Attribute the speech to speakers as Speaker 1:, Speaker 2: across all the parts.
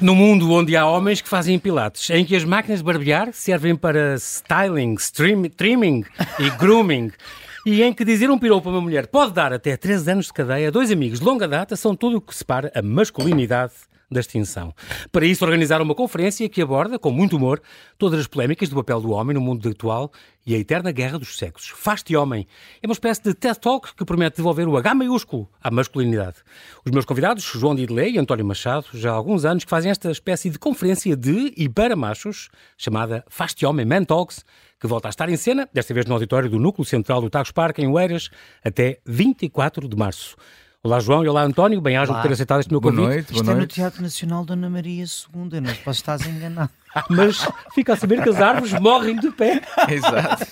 Speaker 1: No mundo onde há homens que fazem pilates, em que as máquinas de barbear servem para styling, stream- trimming e grooming, e em que dizer um pirou para uma mulher pode dar até 3 anos de cadeia, a dois amigos de longa data são tudo o que separa a masculinidade da extinção. Para isso, organizaram uma conferência que aborda, com muito humor, todas as polémicas do papel do homem no mundo atual e a eterna guerra dos sexos. Faz-te homem. É uma espécie de TED Talk que promete devolver o H maiúsculo à masculinidade. Os meus convidados, João Didelé e António Machado, já há alguns anos que fazem esta espécie de conferência de e para machos, chamada Faz-te Homem Man Talks, que volta a estar em cena, desta vez no auditório do Núcleo Central do Tagus Parque, em Oeiras, até 24 de março. Olá João e olá António, bem-ajam por ter aceitado este meu
Speaker 2: Boa
Speaker 1: convite.
Speaker 2: noite, boa
Speaker 3: Isto é no
Speaker 2: noite.
Speaker 3: Teatro Nacional Dona Maria II, eu não é? posso estar enganado.
Speaker 1: mas fica a saber que as árvores morrem de pé.
Speaker 2: Exato.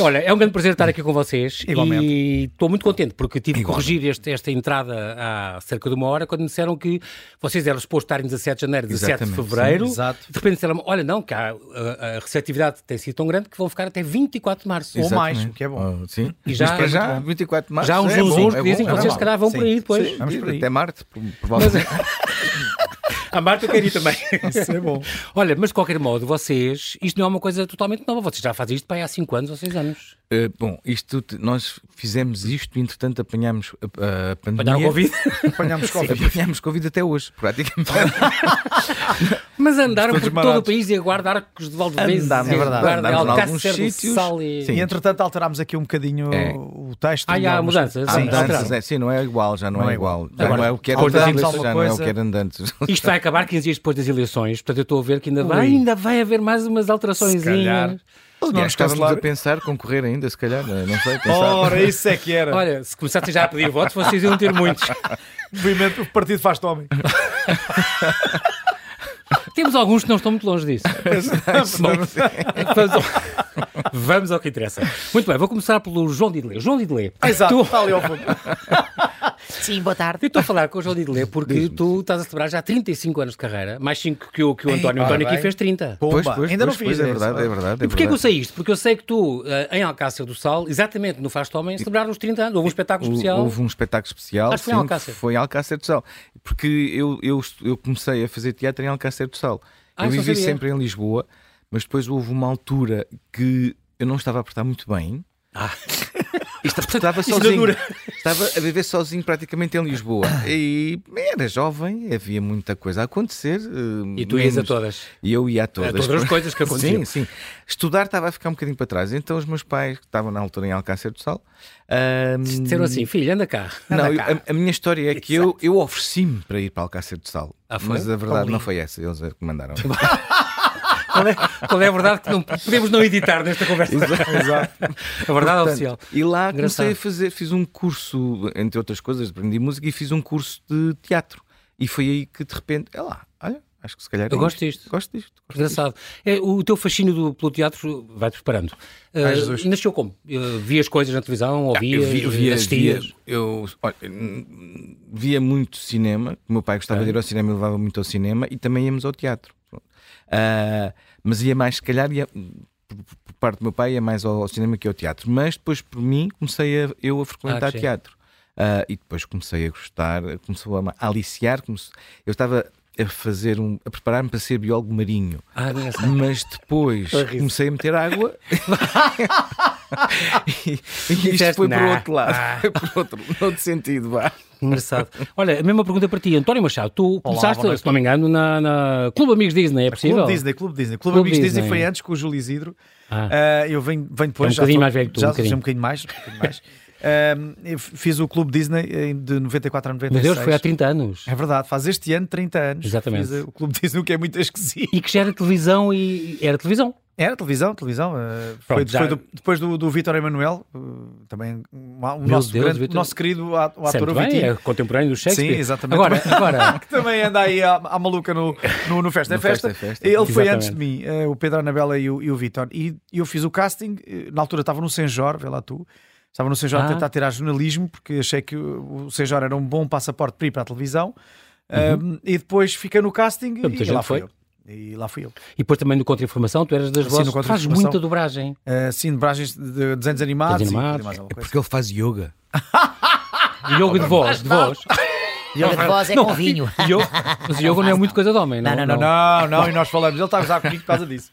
Speaker 1: Olha, é um grande prazer estar aqui com vocês.
Speaker 2: Igualmente.
Speaker 1: E estou muito contente porque tive que corrigir este- esta entrada há cerca de uma hora quando me disseram que vocês eram suposto estar em 17 de janeiro, 17 de
Speaker 2: Exatamente, sim,
Speaker 1: fevereiro.
Speaker 3: exato.
Speaker 1: De repente disseram olha, não, que há, a, a receptividade tem sido tão grande que vão ficar até 24 de março.
Speaker 2: Exatamente.
Speaker 3: mais, o que é bom.
Speaker 2: Oh, sim.
Speaker 1: E já-
Speaker 2: Mas para
Speaker 1: é
Speaker 2: já,
Speaker 1: muito
Speaker 2: 24 de março.
Speaker 1: Já há uns
Speaker 2: é bom,
Speaker 1: uns
Speaker 2: é
Speaker 1: que
Speaker 2: bom,
Speaker 1: dizem que
Speaker 2: é
Speaker 1: vocês,
Speaker 2: bom.
Speaker 1: se calhar, vão por aí depois.
Speaker 2: Sim,
Speaker 3: Vamos por aí.
Speaker 2: Até Marte, pro- provavelmente.
Speaker 1: é- A Marta eu quero ir também. Isso é bom. Olha, mas de qualquer modo, vocês, isto não é uma coisa totalmente nova. Vocês já fazem isto para aí há 5 anos ou 6 anos.
Speaker 2: Eh, bom, isto, te- nós fizemos isto e, entretanto, apanhámos a, a- a pandemia.
Speaker 1: Apanharam o Covid.
Speaker 3: Apanhámos Covid. Ah,
Speaker 2: Apanhámos Covid até hoje, praticamente.
Speaker 1: Mas andaram por
Speaker 2: Todos
Speaker 1: todo o
Speaker 2: desmarados.
Speaker 1: país e a guardar arcos de Valdevez.
Speaker 3: Andámos,
Speaker 1: e a
Speaker 3: é verdade.
Speaker 1: guardar
Speaker 2: Andámos em
Speaker 1: Alcácer
Speaker 2: alguns
Speaker 1: do
Speaker 2: sítios.
Speaker 1: Sal e-
Speaker 2: Sim.
Speaker 3: E entretanto alterámos aqui um bocadinho
Speaker 2: É.
Speaker 3: o texto.
Speaker 1: Ah,
Speaker 3: e
Speaker 1: e há
Speaker 3: algumas-
Speaker 1: mudanças,
Speaker 2: Há
Speaker 1: Sim,
Speaker 2: mudanças,
Speaker 1: alteraram.
Speaker 2: é, sim, não é igual, já não, é igual. Já
Speaker 1: Agora,
Speaker 2: não é o que era
Speaker 3: alteramos
Speaker 2: antes,
Speaker 3: alguma
Speaker 2: já não é o
Speaker 3: coisa.
Speaker 2: que era antes.
Speaker 1: Isto vai acabar 15 dias depois das eleições, portanto eu estou a ver que ainda vai, ainda vai haver mais umas alterações.
Speaker 3: Não
Speaker 2: Aliás,
Speaker 3: nos Oh,
Speaker 2: Estávamos a
Speaker 3: cancelaram.
Speaker 2: pensar concorrer ainda, se calhar, não sei. pensar.
Speaker 3: Ora, isso é que era.
Speaker 1: Olha, se começassem já a pedir votos, vocês iam ter muitos.
Speaker 3: Movimento, o partido faz-te homem.
Speaker 1: Temos alguns que não estão muito longe disso. Bom, vamos, ao... vamos ao que interessa. Muito bem, vou começar pelo João Didelê. João Didelê,
Speaker 3: Exato,
Speaker 1: tu-
Speaker 3: está ali ao fundo.
Speaker 4: Sim, boa tarde.
Speaker 1: Eu estou a falar com o João Didelê porque tu estás a celebrar já 35 anos de carreira, mais 5 que o, que o António. O
Speaker 3: ora
Speaker 1: António aqui
Speaker 3: bem.
Speaker 1: fez 30.
Speaker 2: Pois,
Speaker 3: Pumba,
Speaker 2: pois,
Speaker 3: ainda não
Speaker 2: pois, pois,
Speaker 3: fiz
Speaker 2: é
Speaker 3: isso.
Speaker 2: verdade, é verdade.
Speaker 1: E porquê que eu
Speaker 2: verdade.
Speaker 1: sei isto? Porque eu sei que tu, eh, em Alcácer do Sal, exatamente no Faz-te Homem, celebraram os 30 anos. Houve um espetáculo
Speaker 2: Hou-
Speaker 1: especial.
Speaker 2: Houve um espetáculo especial.
Speaker 1: Acho que foi em
Speaker 2: sim,
Speaker 1: Alcácer.
Speaker 2: Foi em Alcácer do Sal. Porque eu, eu, estu- eu comecei a fazer teatro em Alcácer do Sal.
Speaker 1: Ah,
Speaker 2: eu
Speaker 1: isso não
Speaker 2: vivi
Speaker 1: sabia.
Speaker 2: sempre em Lisboa, mas depois houve uma altura que eu não estava a apertar muito bem.
Speaker 1: Isto,
Speaker 2: Estava
Speaker 1: isto Ah. não
Speaker 2: sozinho.
Speaker 1: dura.
Speaker 2: Estava a viver sozinho praticamente em Lisboa. E era jovem, havia muita coisa a acontecer. eh,
Speaker 1: E tu ias a
Speaker 2: menos-
Speaker 1: todas.
Speaker 2: E eu ia a todas.
Speaker 1: A todas as coisas que aconteciam.
Speaker 2: Sim, sim. Estudar estava a ficar um bocadinho para trás. Então os meus pais, que estavam na altura em Alcácer do Sal, ahm,
Speaker 1: Disseram assim, filho, anda cá.
Speaker 2: não,
Speaker 1: Anda
Speaker 2: eu-
Speaker 1: cá.
Speaker 2: a, a minha história é que eu, eu ofereci-me para ir para Alcácer do Sal.
Speaker 1: Ah, foi?
Speaker 2: mas a verdade não foi essa, eles é que mandaram.
Speaker 1: Qual, é, qual é a verdade que não podemos não editar nesta conversa?
Speaker 2: Exato.
Speaker 1: A verdade
Speaker 2: Portanto,
Speaker 1: oficial.
Speaker 2: E lá
Speaker 1: Engraçado.
Speaker 2: comecei a fazer, fiz um curso, entre outras coisas, aprendi música e fiz um curso de teatro. E foi aí que de repente, é lá, olha, acho que se calhar. é
Speaker 1: Eu gosto
Speaker 2: isto.
Speaker 1: disto.
Speaker 2: Gosto disto. gosto disto.
Speaker 1: Engraçado. É, o teu fascínio do- pelo teatro vai-te preparando. Eh,
Speaker 3: Jesus.
Speaker 1: nasceu como? Eh, vias coisas na televisão,
Speaker 2: Ah, eu
Speaker 1: ouvias,
Speaker 2: vi- eu via,
Speaker 1: assistias?
Speaker 2: via- eu olha, hum, via muito cinema. O meu pai gostava de ir ao cinema, eu levava muito ao cinema e também íamos ao teatro. Pronto. Ah, mas ia mais, se calhar, ia, por, por parte do meu pai, ia mais ao, ao cinema que ao teatro. Mas depois, por mim, comecei a- eu a frequentar
Speaker 1: sim.
Speaker 2: teatro. Ah, e depois comecei a gostar, começou a, ma- a aliciar. comece- eu estava a fazer um, a preparar-me para ser biólogo marinho.
Speaker 1: Ah, engraçado.
Speaker 2: Mas depois
Speaker 1: Estou a rir.
Speaker 2: comecei a meter água e, e
Speaker 1: Disseste,
Speaker 2: isto foi para o
Speaker 1: "Nah, Ah.
Speaker 2: outro lado, foi para outro, outro sentido. Vá.
Speaker 1: Engraçado. Olha, a mesma pergunta para ti, António Machado. Tu começaste,
Speaker 3: boa noite.
Speaker 1: se não me engano, na, na Clube Amigos Disney, é possível?
Speaker 3: Clube Disney, Clube Disney. Clube,
Speaker 1: Clube
Speaker 3: Amigos Disney.
Speaker 1: Disney.
Speaker 3: foi antes com o Júlio Isidro.
Speaker 1: Ah.
Speaker 3: Ah, eu venho, venho
Speaker 1: É
Speaker 3: depois.
Speaker 1: um
Speaker 3: já
Speaker 1: bocadinho
Speaker 3: estou-
Speaker 1: mais velho que tu,
Speaker 3: já,
Speaker 1: um bocadinho.
Speaker 3: já um bocadinho mais. Um bocadinho mais. Ah, eu fiz o Clube Disney eh, de 94 a 96.
Speaker 1: Meu Deus, foi há 30 anos.
Speaker 3: É verdade, faz este ano 30 anos.
Speaker 1: Exatamente.
Speaker 3: Fiz, eh, o clube diz o que é muito esquisito.
Speaker 1: E que já era televisão e era televisão.
Speaker 3: Era televisão, televisão. eh, foi-
Speaker 1: Pronto, já-
Speaker 3: foi do- depois do, do Vítor Emanuel, eh, também um- o
Speaker 1: Meu
Speaker 3: nosso,
Speaker 1: Deus,
Speaker 3: grande-
Speaker 1: Vítor-
Speaker 3: o nosso querido a- o ator
Speaker 1: Sempre
Speaker 3: o
Speaker 1: bem,
Speaker 3: Vitinho,
Speaker 1: é contemporâneo do Shakespeare.
Speaker 3: Sim, exatamente.
Speaker 1: Agora, agora
Speaker 3: que também anda aí à, à maluca no, no, no Festa é
Speaker 2: No
Speaker 3: Festa.
Speaker 2: Festa é Festa.
Speaker 3: Ele foi
Speaker 1: Exatamente.
Speaker 3: antes de mim, eh, o Pedro Anabela e o, e o Vítor. E eu fiz o casting, eh, na altura estava no Senjor, vê lá tu. Estava no Senjor
Speaker 1: Ah.
Speaker 3: a tentar tirar jornalismo, porque achei que o o Senjor era um bom passaporte para ir para a televisão. Um, e depois fiquei no casting
Speaker 1: Muita
Speaker 3: e
Speaker 1: gente
Speaker 3: lá fui
Speaker 1: foi.
Speaker 3: eu. E lá fui eu.
Speaker 1: e depois também no Contra-Informação, tu eras das
Speaker 3: Sim,
Speaker 1: vozes
Speaker 3: no
Speaker 1: que fazes
Speaker 3: Contra-Informação.
Speaker 1: muita dobragem.
Speaker 3: Uh, sim, dobragens de desenhos animados.
Speaker 1: Desenhos
Speaker 3: e
Speaker 1: animados.
Speaker 3: mais alguma coisa.
Speaker 2: ele faz yoga.
Speaker 1: Jogo de voz, de voz.
Speaker 4: Yoga de voz é com vinho.
Speaker 1: e eu- mas yoga não é muito coisa de homem, não?
Speaker 4: Não, não,
Speaker 3: Não, não, não, e nós falamos. Ele estava a usar comigo por causa disso.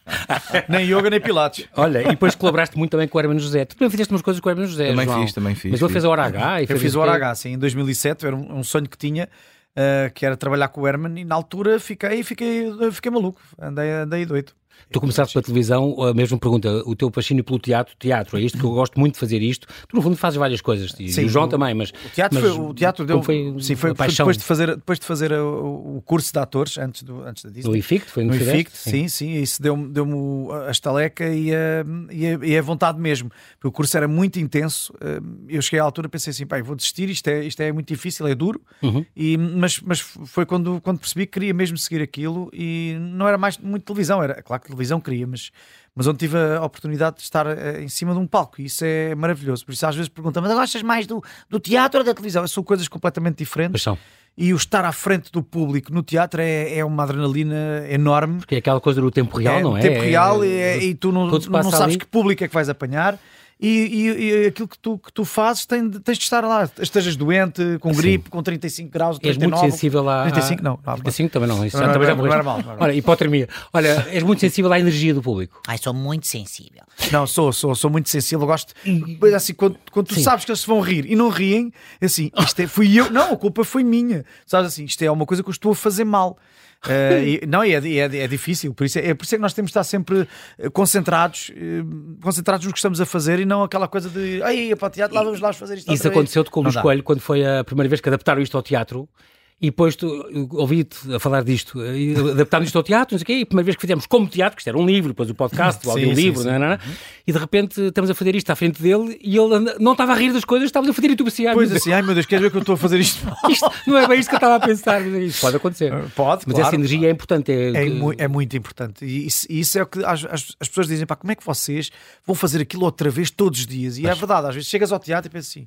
Speaker 3: Nem yoga, nem pilates.
Speaker 1: Olha, e depois colaboraste muito também com o Hermano José. Tu também fizeste umas coisas com o Hermano José,
Speaker 2: Também
Speaker 1: João.
Speaker 2: fiz, também fiz,
Speaker 1: Mas ele
Speaker 2: fiz.
Speaker 1: fez a hora H e
Speaker 3: Eu
Speaker 1: fez
Speaker 3: fiz o
Speaker 1: o quê?
Speaker 3: Hora sim, em 2007. Era um, um sonho que tinha, ah, que era trabalhar com o Herman. E na altura fiquei, fiquei, fiquei maluco. Andei, andei doido.
Speaker 1: Tu começaste pela televisão, a mesma pergunta, o teu fascínio pelo teatro, teatro, é isto que eu gosto muito de fazer isto. Tu no fundo fazes várias coisas, e
Speaker 3: Sim,
Speaker 1: o João
Speaker 3: o-
Speaker 1: também, mas
Speaker 3: O teatro,
Speaker 1: mas
Speaker 3: foi, o teatro
Speaker 1: como
Speaker 3: deu.
Speaker 1: foi,
Speaker 3: sim, foi,
Speaker 1: a
Speaker 3: foi
Speaker 1: paixão
Speaker 3: depois de fazer, depois de fazer uh, o, o curso de atores, antes, do, antes da Disney.
Speaker 1: no IFICT, foi no,
Speaker 3: No
Speaker 1: que fizeste?
Speaker 3: IFICT, sim, sim, isso deu-me deu a estaleca e a, e, a, e a vontade mesmo. Porque o curso era muito intenso. eh, Eu cheguei à altura pensei assim, pai, vou desistir, isto é, isto é muito difícil, é duro. E, mas, mas foi quando, quando percebi que queria mesmo seguir aquilo e não era mais muito televisão, era claro que televisão queria, mas, mas onde tive a oportunidade de estar eh, em cima de um palco e isso é maravilhoso. Por isso às vezes perguntam, mas gostas mais do, do teatro ou da televisão? São coisas completamente diferentes.
Speaker 1: Paixão.
Speaker 3: E o estar à frente do público no teatro é, é uma adrenalina enorme
Speaker 1: Porque é aquela coisa do tempo real,
Speaker 3: é,
Speaker 1: não é?
Speaker 3: Tempo
Speaker 1: É-
Speaker 3: real e- e, e tu não,
Speaker 1: tudo se
Speaker 3: não
Speaker 1: passa
Speaker 3: sabes
Speaker 1: ali.
Speaker 3: que público é que vais apanhar. E, e- e aquilo que tu, que tu fazes tem de- tens de estar lá. Estejas doente, com gripe, com 35 graus,
Speaker 1: És
Speaker 3: 39.
Speaker 1: muito sensível à...
Speaker 3: 35 não. não há-
Speaker 1: 35 também não, isso
Speaker 3: Não, não,
Speaker 1: também já
Speaker 3: não, não era
Speaker 1: morreste.
Speaker 3: mal, não é era mal.
Speaker 1: Olha, hipotermia. Olha, és muito sensível à energia do público.
Speaker 4: Ai, sou muito sensível.
Speaker 3: Não, sou, sou, sou muito sensível. Eu gosto. Assim, quando, quando tu
Speaker 1: Sim.
Speaker 3: sabes que eles se vão rir e não riem, assim, isto é, fui eu. Não, a culpa foi minha. Sabes assim, isto é uma coisa que eu estou a fazer mal. Eh, e- não, e é, e é, é difícil. Por isso é, é por isso é que nós temos de estar sempre eh, concentrados, eh, concentrados no que estamos a fazer e não aquela coisa de ai, para o teatro, lá vamos lá fazer isto.
Speaker 1: Isso
Speaker 3: outra vez."
Speaker 1: aconteceu-te com o
Speaker 3: Não
Speaker 1: Luís
Speaker 3: dá.
Speaker 1: Coelho quando foi a primeira vez que adaptaram isto ao teatro. E depois tu, eu ouvi-te a falar disto, e adaptaram isto ao teatro, não sei o quê, e a primeira vez que fizemos como teatro, que isto era um livro, depois o podcast, o
Speaker 3: Sim,
Speaker 1: audiolivro,
Speaker 3: sim,
Speaker 1: não é, não é? e de repente estamos a fazer isto à frente dele e ele anda- não estava a rir das coisas, estávamos a fazer e tu pensei, "Ai,
Speaker 3: Pois
Speaker 1: meu Deus,
Speaker 3: assim, ai meu Deus, queres ver que eu estou a fazer isto?
Speaker 1: isto não é bem isto que eu estava a pensar, mas isso pode acontecer. Mas
Speaker 3: Pode, claro.
Speaker 1: essa energia é importante. É,
Speaker 3: É, mu- é muito importante. E isso, e isso é o que as, as- as pessoas dizem: pá, como é que vocês vão fazer aquilo outra vez todos os dias? E é verdade, às vezes chegas ao teatro e pensas assim.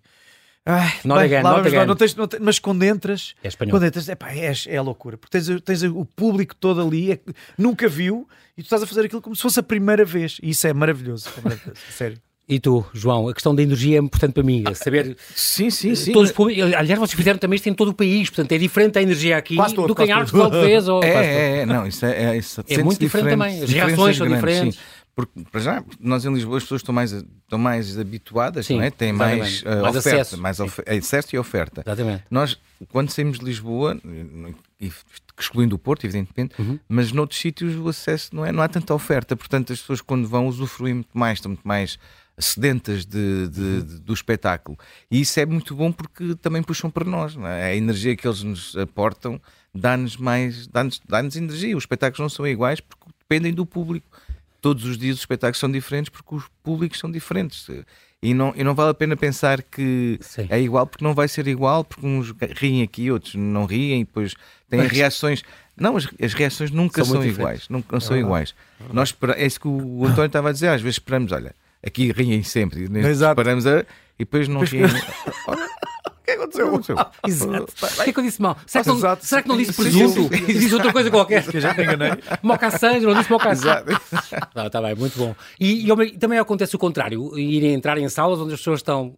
Speaker 3: "Ai,
Speaker 1: Not
Speaker 3: bem,
Speaker 1: again,
Speaker 3: lá
Speaker 1: not
Speaker 3: vamos lá."
Speaker 1: again.
Speaker 3: Não tens- não tens- mas quando entras,
Speaker 1: É espanhol.
Speaker 3: quando entras epá, é, é a loucura, porque tens, tens o público todo ali, é que nunca viu, e tu estás a fazer aquilo como se fosse a primeira vez, e isso é maravilhoso, é maravilhoso, sério.
Speaker 1: E tu, João, a questão da energia é importante para mim, é saber...
Speaker 2: Sim, sim, sim.
Speaker 1: Eh, Todos os públicos- aliás, vocês fizeram também isto em todo o país, portanto é diferente a energia aqui
Speaker 3: Quase todo,
Speaker 1: do que
Speaker 3: quase
Speaker 1: em Arcos
Speaker 3: todo.
Speaker 1: talvez. Ou,
Speaker 2: É,
Speaker 1: quase todo.
Speaker 2: é, é, não, isso é, é, isso sente-se
Speaker 1: muito diferente também, as
Speaker 2: diferenças
Speaker 1: reações são
Speaker 2: grandes,
Speaker 1: diferentes.
Speaker 2: sim. Porque, para já, nós em Lisboa as pessoas estão mais, estão mais habituadas,
Speaker 1: Sim,
Speaker 2: não é? Têm mais,
Speaker 1: exatamente.
Speaker 2: eh,
Speaker 1: Mais
Speaker 2: oferta,
Speaker 1: acesso.
Speaker 2: mais ofe- acesso e oferta.
Speaker 1: Exatamente.
Speaker 2: É. Nós, quando saímos de Lisboa, e- e- excluindo o Porto, evidentemente, mas noutros sítios o acesso não é, não há tanta oferta. Portanto, as pessoas quando vão usufruem muito mais, estão muito mais sedentas de, de- de- do espetáculo. E isso é muito bom porque também puxam para nós. não é? A energia que eles nos aportam dá-nos mais, dá-nos dá energia. Os espetáculos não são iguais porque dependem do público todos os dias os espetáculos são diferentes porque os públicos são diferentes. E não, e não vale a pena pensar que
Speaker 1: Sim.
Speaker 2: é igual porque não vai ser igual, porque uns riem aqui, outros não riem, e depois têm reações. Não, as, as reações nunca
Speaker 1: São
Speaker 2: são,
Speaker 1: muito
Speaker 2: iguais. Nunca não são iguais. Nós espera- é isso que o António estava a dizer, às vezes esperamos, olha, aqui riem sempre, e
Speaker 3: Exato.
Speaker 2: esperamos a- e depois não riem. Olha, o que aconteceu?
Speaker 3: Exato.
Speaker 1: O que é que eu disse mal? Será que não,
Speaker 3: Exato.
Speaker 1: será que não disse presunto? disse outra coisa qualquer.
Speaker 3: Que eu já me enganei.
Speaker 1: Mocaçãs, não disse mocaçãs. Não, está Tá, bem, muito bom. E, e ao me- também acontece o contrário. Irem entrar em salas onde as pessoas estão...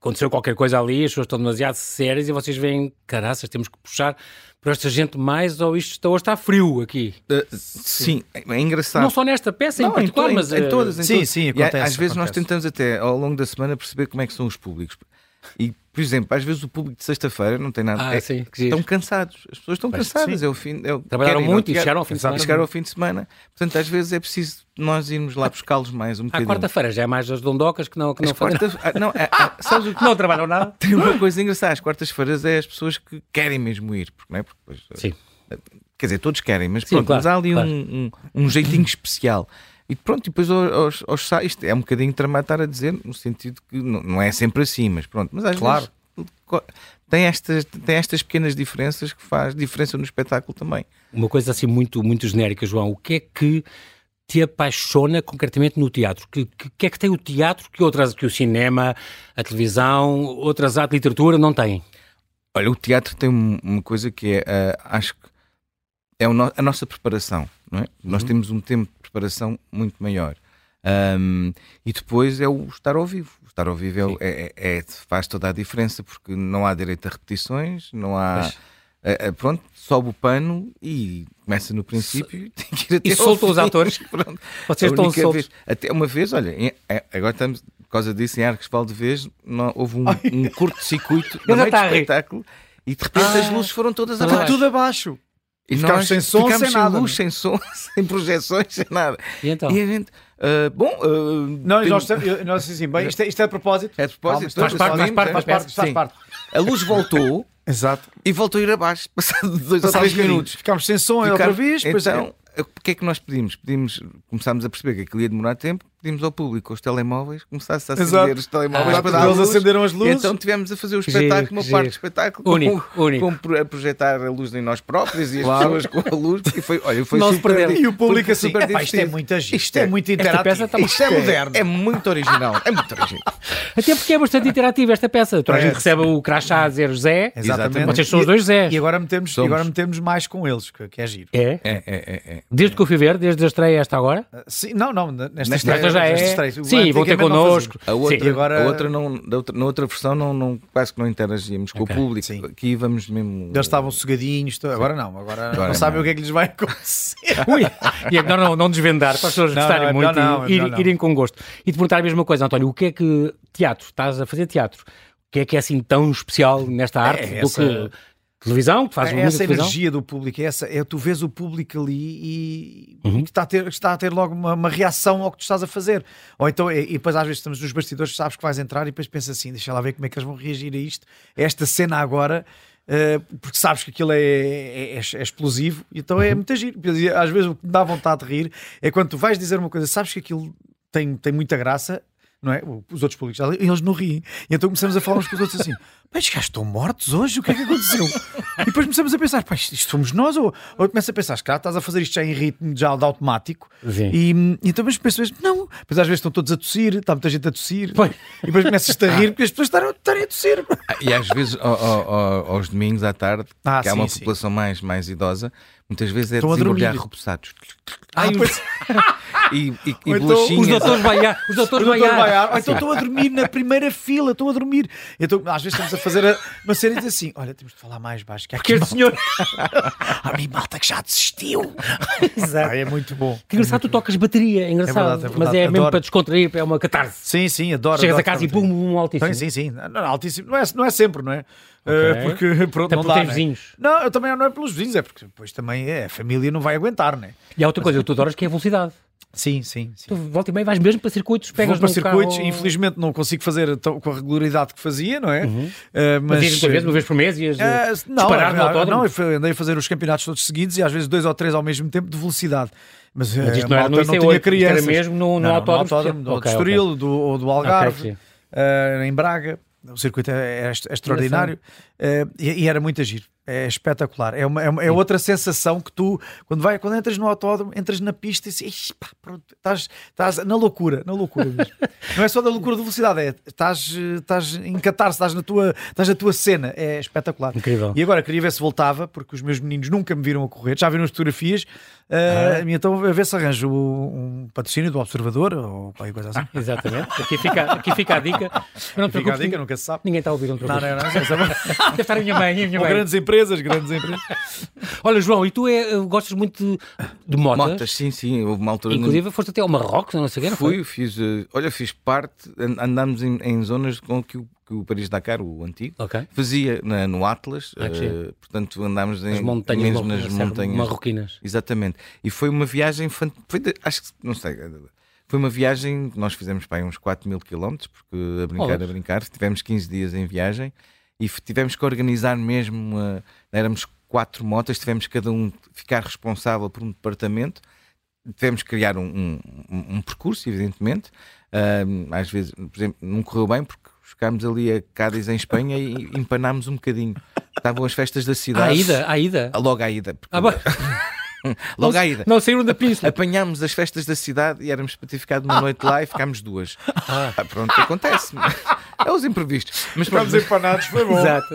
Speaker 1: Aconteceu qualquer coisa ali, as pessoas estão demasiado sérias e vocês veem, caraças, temos que puxar para esta gente mais ou isto está, hoje está frio aqui.
Speaker 2: Eh, Sim, é engraçado.
Speaker 1: Não só nesta peça em
Speaker 2: Não, em
Speaker 1: particular,
Speaker 2: to- em-
Speaker 1: mas...
Speaker 2: em
Speaker 1: eh,
Speaker 2: todas, em
Speaker 3: Sim,
Speaker 2: todas.
Speaker 3: sim,
Speaker 2: E
Speaker 3: acontece,
Speaker 2: a- Às vezes nós
Speaker 3: acontece.
Speaker 2: tentamos até ao longo da semana perceber como é que são os públicos. E, por exemplo, às vezes o público de sexta-feira não tem nada.
Speaker 1: Ah,
Speaker 2: é-
Speaker 1: sim, que giro.
Speaker 2: estão cansados. As pessoas estão cansadas. É o fim, é o-
Speaker 1: Trabalharam
Speaker 2: querem ir ao
Speaker 1: muito e
Speaker 2: teatro,
Speaker 1: chegaram ao fim de
Speaker 2: exato,
Speaker 1: semana.
Speaker 2: chegaram ao fim de semana. Portanto, às vezes é preciso nós irmos lá buscá-los mais um
Speaker 1: Ah, À
Speaker 2: bocadinho.
Speaker 1: quarta-feira já é mais as dondocas que não, que
Speaker 2: As
Speaker 1: não fazem.
Speaker 2: quartas- ah, não, ah, ah, sabes o que-
Speaker 1: Não trabalham nada.
Speaker 2: Tem uma coisa engraçada. As quartas-feiras é as pessoas que querem mesmo ir. Porque, não é? porque depois, eh,
Speaker 1: Sim.
Speaker 2: Quer dizer, todos querem, mas
Speaker 1: Sim,
Speaker 2: pronto,
Speaker 1: claro,
Speaker 2: mas há ali um-
Speaker 1: claro.
Speaker 2: um, um jeitinho especial. E pronto, e depois aos, aos, aos sa- isto é um bocadinho tramado estar a dizer, no sentido que não, não é sempre assim, mas pronto, mas às
Speaker 3: Claro.
Speaker 2: vezes co- tem estas, tem estas pequenas diferenças que faz diferença no espetáculo também.
Speaker 1: Uma coisa assim muito, muito genérica, João. O que é que te apaixona concretamente no teatro? Que, que, que é que tem o teatro que outras que o cinema, a televisão, outras artes, literatura não têm?
Speaker 2: Olha, o teatro tem um- uma coisa que é, ah, acho que é o no- a nossa preparação, não é? Nós
Speaker 1: Uhum.
Speaker 2: temos um tempo de preparação muito maior. Ahm, e depois é o estar ao vivo. O estar ao vivo é o- é, é- é- faz toda a diferença, porque não há direito a repetições, não há.
Speaker 1: Pois.
Speaker 2: eh, eh, pronto, sobe o pano e começa no princípio tem que ir até
Speaker 1: E
Speaker 2: ao
Speaker 1: solta os
Speaker 2: fim.
Speaker 1: atores.
Speaker 2: Pronto.
Speaker 1: Vocês
Speaker 2: A
Speaker 1: estão
Speaker 2: única
Speaker 1: soltos.
Speaker 2: vez- é Até uma vez, olha, em- eh, agora estamos, por causa disso, em Arcos de Vez, não- houve um, um curto-circuito no
Speaker 1: Ele já
Speaker 2: meio do
Speaker 3: tá
Speaker 1: está a rir.
Speaker 2: espetáculo e de repente
Speaker 1: Ah.
Speaker 2: as luzes foram todas
Speaker 1: Está
Speaker 2: abaixo.
Speaker 3: Tudo abaixo.
Speaker 2: E
Speaker 3: Ficámos sem som,
Speaker 2: ficámos
Speaker 3: sem nada,
Speaker 2: luz,
Speaker 3: não é?
Speaker 2: sem som, sem projeções, sem nada.
Speaker 1: E então?
Speaker 2: E a gente, ah, bom, ah,
Speaker 3: Não, e
Speaker 2: tem-
Speaker 3: nós, eu- nós assim, bem, isto é, isto é de propósito.
Speaker 2: É de propósito,
Speaker 3: Calma,
Speaker 2: todos
Speaker 3: faz parte, faz
Speaker 2: sabemos,
Speaker 3: parte,
Speaker 2: é?
Speaker 3: faz parte, faz
Speaker 2: Sim.
Speaker 3: parte.
Speaker 2: a luz voltou
Speaker 3: Exato.
Speaker 2: e voltou a ir abaixo, passado dois ou
Speaker 3: Passámos
Speaker 2: três
Speaker 3: Então, minutos.
Speaker 2: minutos.
Speaker 3: Ficámos sem som é outra
Speaker 2: Ficámos-
Speaker 3: vez, pois
Speaker 2: então,
Speaker 3: é.
Speaker 2: o que é que nós pedimos? pedimos? Começámos a perceber que aquilo ia demorar tempo, pedimos ao público os telemóveis, começasse a acender
Speaker 3: Exato.
Speaker 2: os telemóveis
Speaker 1: Ah,
Speaker 2: para dar
Speaker 3: eles
Speaker 2: a luz.
Speaker 3: acenderam as luzes.
Speaker 2: Então tivemos a fazer o
Speaker 1: Giro,
Speaker 2: espetáculo, uma
Speaker 1: que
Speaker 2: parte do
Speaker 1: giro.
Speaker 2: espetáculo,
Speaker 1: Único,
Speaker 2: com,
Speaker 1: único.
Speaker 2: com pro- a projetar a luz em nós próprios e as pessoas com a luz. E foi, olha, foi
Speaker 1: Não se
Speaker 2: super,
Speaker 1: perderam.
Speaker 3: é E o público
Speaker 2: foi
Speaker 3: assim,
Speaker 2: super
Speaker 3: "Epá, isto é
Speaker 2: divertido.
Speaker 3: muito agir, isto
Speaker 2: Isto
Speaker 3: é
Speaker 2: é-
Speaker 3: muito
Speaker 1: peça
Speaker 3: interativo,
Speaker 1: está muito
Speaker 3: isto é moderno.
Speaker 2: É muito original, é muito original.
Speaker 1: Até porque é bastante interativo esta peça. Toda a gente
Speaker 3: É.
Speaker 1: recebe o crachá a dizer José.
Speaker 3: Exatamente.
Speaker 1: Vocês são os dois Zés.
Speaker 3: E agora metemos, e
Speaker 2: Somos.
Speaker 3: agora metemos mais com eles, que, que é giro.
Speaker 1: É?
Speaker 2: É, é, é, é.
Speaker 1: Desde que eu fui ver, desde a estreia esta agora.
Speaker 3: Sim, não, não, nestas
Speaker 2: Nesta
Speaker 1: Esta já
Speaker 3: três- nestas
Speaker 1: é.
Speaker 3: três.
Speaker 1: Sim, vão ter
Speaker 3: Antigamente não
Speaker 1: connosco.
Speaker 2: A outra,
Speaker 1: Sim.
Speaker 3: E agora-
Speaker 2: a outra não, da outra- na outra versão não, não- quase que não interagíamos com
Speaker 1: Ok,
Speaker 2: o público.
Speaker 3: sim.
Speaker 2: Aqui vamos mesmo.
Speaker 3: Eles estavam sugadinhos, to- agora não, agora,
Speaker 2: Agora
Speaker 3: não sabem
Speaker 2: não.
Speaker 3: o que é que lhes vai acontecer.
Speaker 1: Ui, e é melhor não, não desvendar para as pessoas
Speaker 3: Não,
Speaker 1: gostarem
Speaker 3: não, é
Speaker 1: muito
Speaker 3: melhor não, é
Speaker 1: e ir-
Speaker 3: melhor não.
Speaker 1: irem com gosto. E te perguntar a mesma coisa, António, o que é que teatro, estás a fazer teatro, o que é que é assim tão especial nesta arte do
Speaker 3: É, essa-
Speaker 1: que televisão, que faz
Speaker 3: É
Speaker 1: muita
Speaker 3: essa
Speaker 1: televisão?
Speaker 3: energia do público, é essa, é, tu vês o público ali e
Speaker 1: Uhum.
Speaker 3: e que está a, ter, está a ter logo uma, uma reação ao que tu estás a fazer. Ou então, e, e depois às vezes estamos nos bastidores, sabes que vais entrar e depois pensa assim: deixa lá ver como é que eles vão reagir a isto, a esta cena agora. eh, porque sabes que aquilo é, é- é- é explosivo, então
Speaker 1: Uhum.
Speaker 3: é muito giro. E Às vezes o que me dá vontade de rir é quando tu vais dizer uma coisa, sabes que aquilo tem, tem muita graça, não é? O- Os outros públicos já li- eles não riem. E então começamos a falar uns com os outros assim: mas os gajos estão mortos hoje? O que é que aconteceu? E depois começamos a pensar: pá, isto isto somos nós? Ou, ou começa a pensar: cara, estás a fazer isto já em ritmo já de automático.
Speaker 1: Sim.
Speaker 3: E, e então mas pensas: não, mas às vezes estão todos a tossir, está muita gente a tossir.
Speaker 1: Pois.
Speaker 3: E depois começas a rir porque as pessoas estarão- estarem a tossir.
Speaker 2: E às vezes, ao- ao- ao- aos domingos à tarde,
Speaker 3: Ah,
Speaker 2: que há
Speaker 3: sim,
Speaker 2: uma
Speaker 3: sim.
Speaker 2: população mais, mais idosa, muitas vezes é
Speaker 3: Estão a
Speaker 2: desembrulhar
Speaker 3: dormir.
Speaker 2: repousados
Speaker 1: Ai, os,
Speaker 2: e, e, e
Speaker 3: Ou então,
Speaker 1: os
Speaker 2: bolachinhas.
Speaker 1: doutores Baiar, os doutores
Speaker 3: Eu estou a
Speaker 1: Baiar.
Speaker 3: baiar. Ou então estou a dormir na primeira fila, estou a dormir. Então, às vezes estamos a fazer a- uma série de assim: olha, temos de falar mais baixo. Que há
Speaker 1: Que
Speaker 3: aqui
Speaker 1: este é senhor,
Speaker 3: A mim, malta que já desistiu.
Speaker 1: Exato.
Speaker 3: Ah, é muito bom.
Speaker 1: que engraçado, tu tocas bateria, é engraçado,
Speaker 3: verdade, é verdade,
Speaker 1: mas é mesmo
Speaker 3: adoro.
Speaker 1: para descontrair, é uma catarse.
Speaker 3: Sim, sim, adoro.
Speaker 1: Chegas
Speaker 3: adoro Então,
Speaker 1: a casa e
Speaker 3: tocar
Speaker 1: bum,
Speaker 3: bateria.
Speaker 1: bum, altíssimo.
Speaker 3: Sim, sim, sim. Não, não, altíssimo. Não é, não é sempre, não é? Eh, porque, pronto,
Speaker 1: Até
Speaker 3: não
Speaker 1: porque
Speaker 3: dá,
Speaker 1: tem
Speaker 3: né?
Speaker 1: vizinhos.
Speaker 3: Não, eu também não é pelos vizinhos, é porque depois também é, a família não vai aguentar, né?
Speaker 1: E há outra coisa, tu adoras que é a velocidade.
Speaker 3: Sim, sim, sim.
Speaker 1: Tu volta e meia vais mesmo para circuitos, pegas
Speaker 3: Vou para
Speaker 1: num
Speaker 3: circuitos,
Speaker 1: carro-
Speaker 3: infelizmente não consigo fazer tão- com a regularidade que fazia, não é? Eh,
Speaker 1: Uhum. Mas dizes uma vez, uma vez por mês, ias
Speaker 3: É,
Speaker 1: eh,
Speaker 3: não,
Speaker 1: disparar no
Speaker 3: não,
Speaker 1: autódromo.
Speaker 3: não, é eu fui- andei a fazer os campeonatos todos seguidos e às vezes dois ou três ao mesmo tempo de velocidade. Mas, eh,
Speaker 1: Mas isto
Speaker 3: a
Speaker 1: não era no
Speaker 3: malta
Speaker 1: IC8, isto
Speaker 3: tinha
Speaker 1: era
Speaker 3: crianças.
Speaker 1: mesmo no- no
Speaker 3: Não,
Speaker 1: autódromo especial.
Speaker 3: do,
Speaker 1: Ok,
Speaker 3: do
Speaker 1: ok.
Speaker 3: Estoril do, ou do Algarve,
Speaker 1: ok.
Speaker 3: eh, em Braga. O circuito é, é est- extraordinário eh, e, e era muito agir. É espetacular. É, uma, é, uma- é outra sensação que tu, quando, vai, quando entras no autódromo, entras na pista e se- ixi, pá, pronto, estás, estás na loucura, na loucura mesmo. não é só da loucura de velocidade, é estás, eh, estás em catarse, estás na tua, estás na tua cena. É espetacular.
Speaker 1: Incrível.
Speaker 3: E agora queria ver se voltava, porque os meus meninos nunca me viram a correr, já viram as fotografias. eh, e Então a ver se arranjo um patrocínio do Observador ou qualquer coisa
Speaker 1: Ah.
Speaker 3: assim.
Speaker 1: Exatamente. Aqui fica, aqui fica a dica. Mas Não te
Speaker 3: Fica a
Speaker 1: preocupes,
Speaker 3: dica, nunca se sabe.
Speaker 1: Ninguém está a ouvir um
Speaker 3: Não,
Speaker 1: troco.
Speaker 3: não, não. isso é bom.
Speaker 1: Deve estar a minha mãe, a minha
Speaker 3: Ou
Speaker 1: mãe.
Speaker 3: grandes empresas, grandes empresas.
Speaker 1: Olha, João, e tu é, eh, gostas muito de, de motas?
Speaker 2: Motas, sim, sim. Houve uma altura. no-
Speaker 1: Inclusive, foste até ao Marrocos, eu não sei o que não foi?
Speaker 2: Fui, fiz. eh, Olha, fiz parte. an- Andámos em, em zonas com que o, que o Paris Dakar, o antigo,
Speaker 1: Ok.
Speaker 2: fazia na- no Atlas.
Speaker 1: Ah, que
Speaker 2: eh,
Speaker 1: giro.
Speaker 2: portanto, andámos em,
Speaker 1: As montanhas,
Speaker 2: mesmo
Speaker 1: mar-
Speaker 2: nas
Speaker 1: serra-
Speaker 2: montanhas.
Speaker 1: marroquinas.
Speaker 2: Exatamente. E foi uma viagem fant- foi de- acho que não sei. Foi uma viagem que nós fizemos para uns 4 mil quilómetros, porque a brincar,
Speaker 1: Olha.
Speaker 2: a brincar, tivemos 15 dias em viagem e f- tivemos que organizar mesmo. eh, éramos quatro motas, tivemos cada um ficar responsável por um departamento, tivemos que criar um, um- um- um percurso, evidentemente. Ahm, às vezes, por exemplo, não correu bem porque chegámos ali a Cádiz, em Espanha, e empanámos um bocadinho. Estavam as festas da
Speaker 1: À
Speaker 2: cidade.
Speaker 1: ida, à ida.
Speaker 2: Logo à ida. porque-
Speaker 1: Ah, bom.
Speaker 2: Logo à ida.
Speaker 1: Não saíram da península.
Speaker 2: Apanhámos as festas da cidade e éramos para ter ficado uma noite lá e ficámos duas. Ah, pronto, acontece. É os imprevistos. Mas pronto,
Speaker 3: Ficámos empanados, foi bom.
Speaker 1: Exato.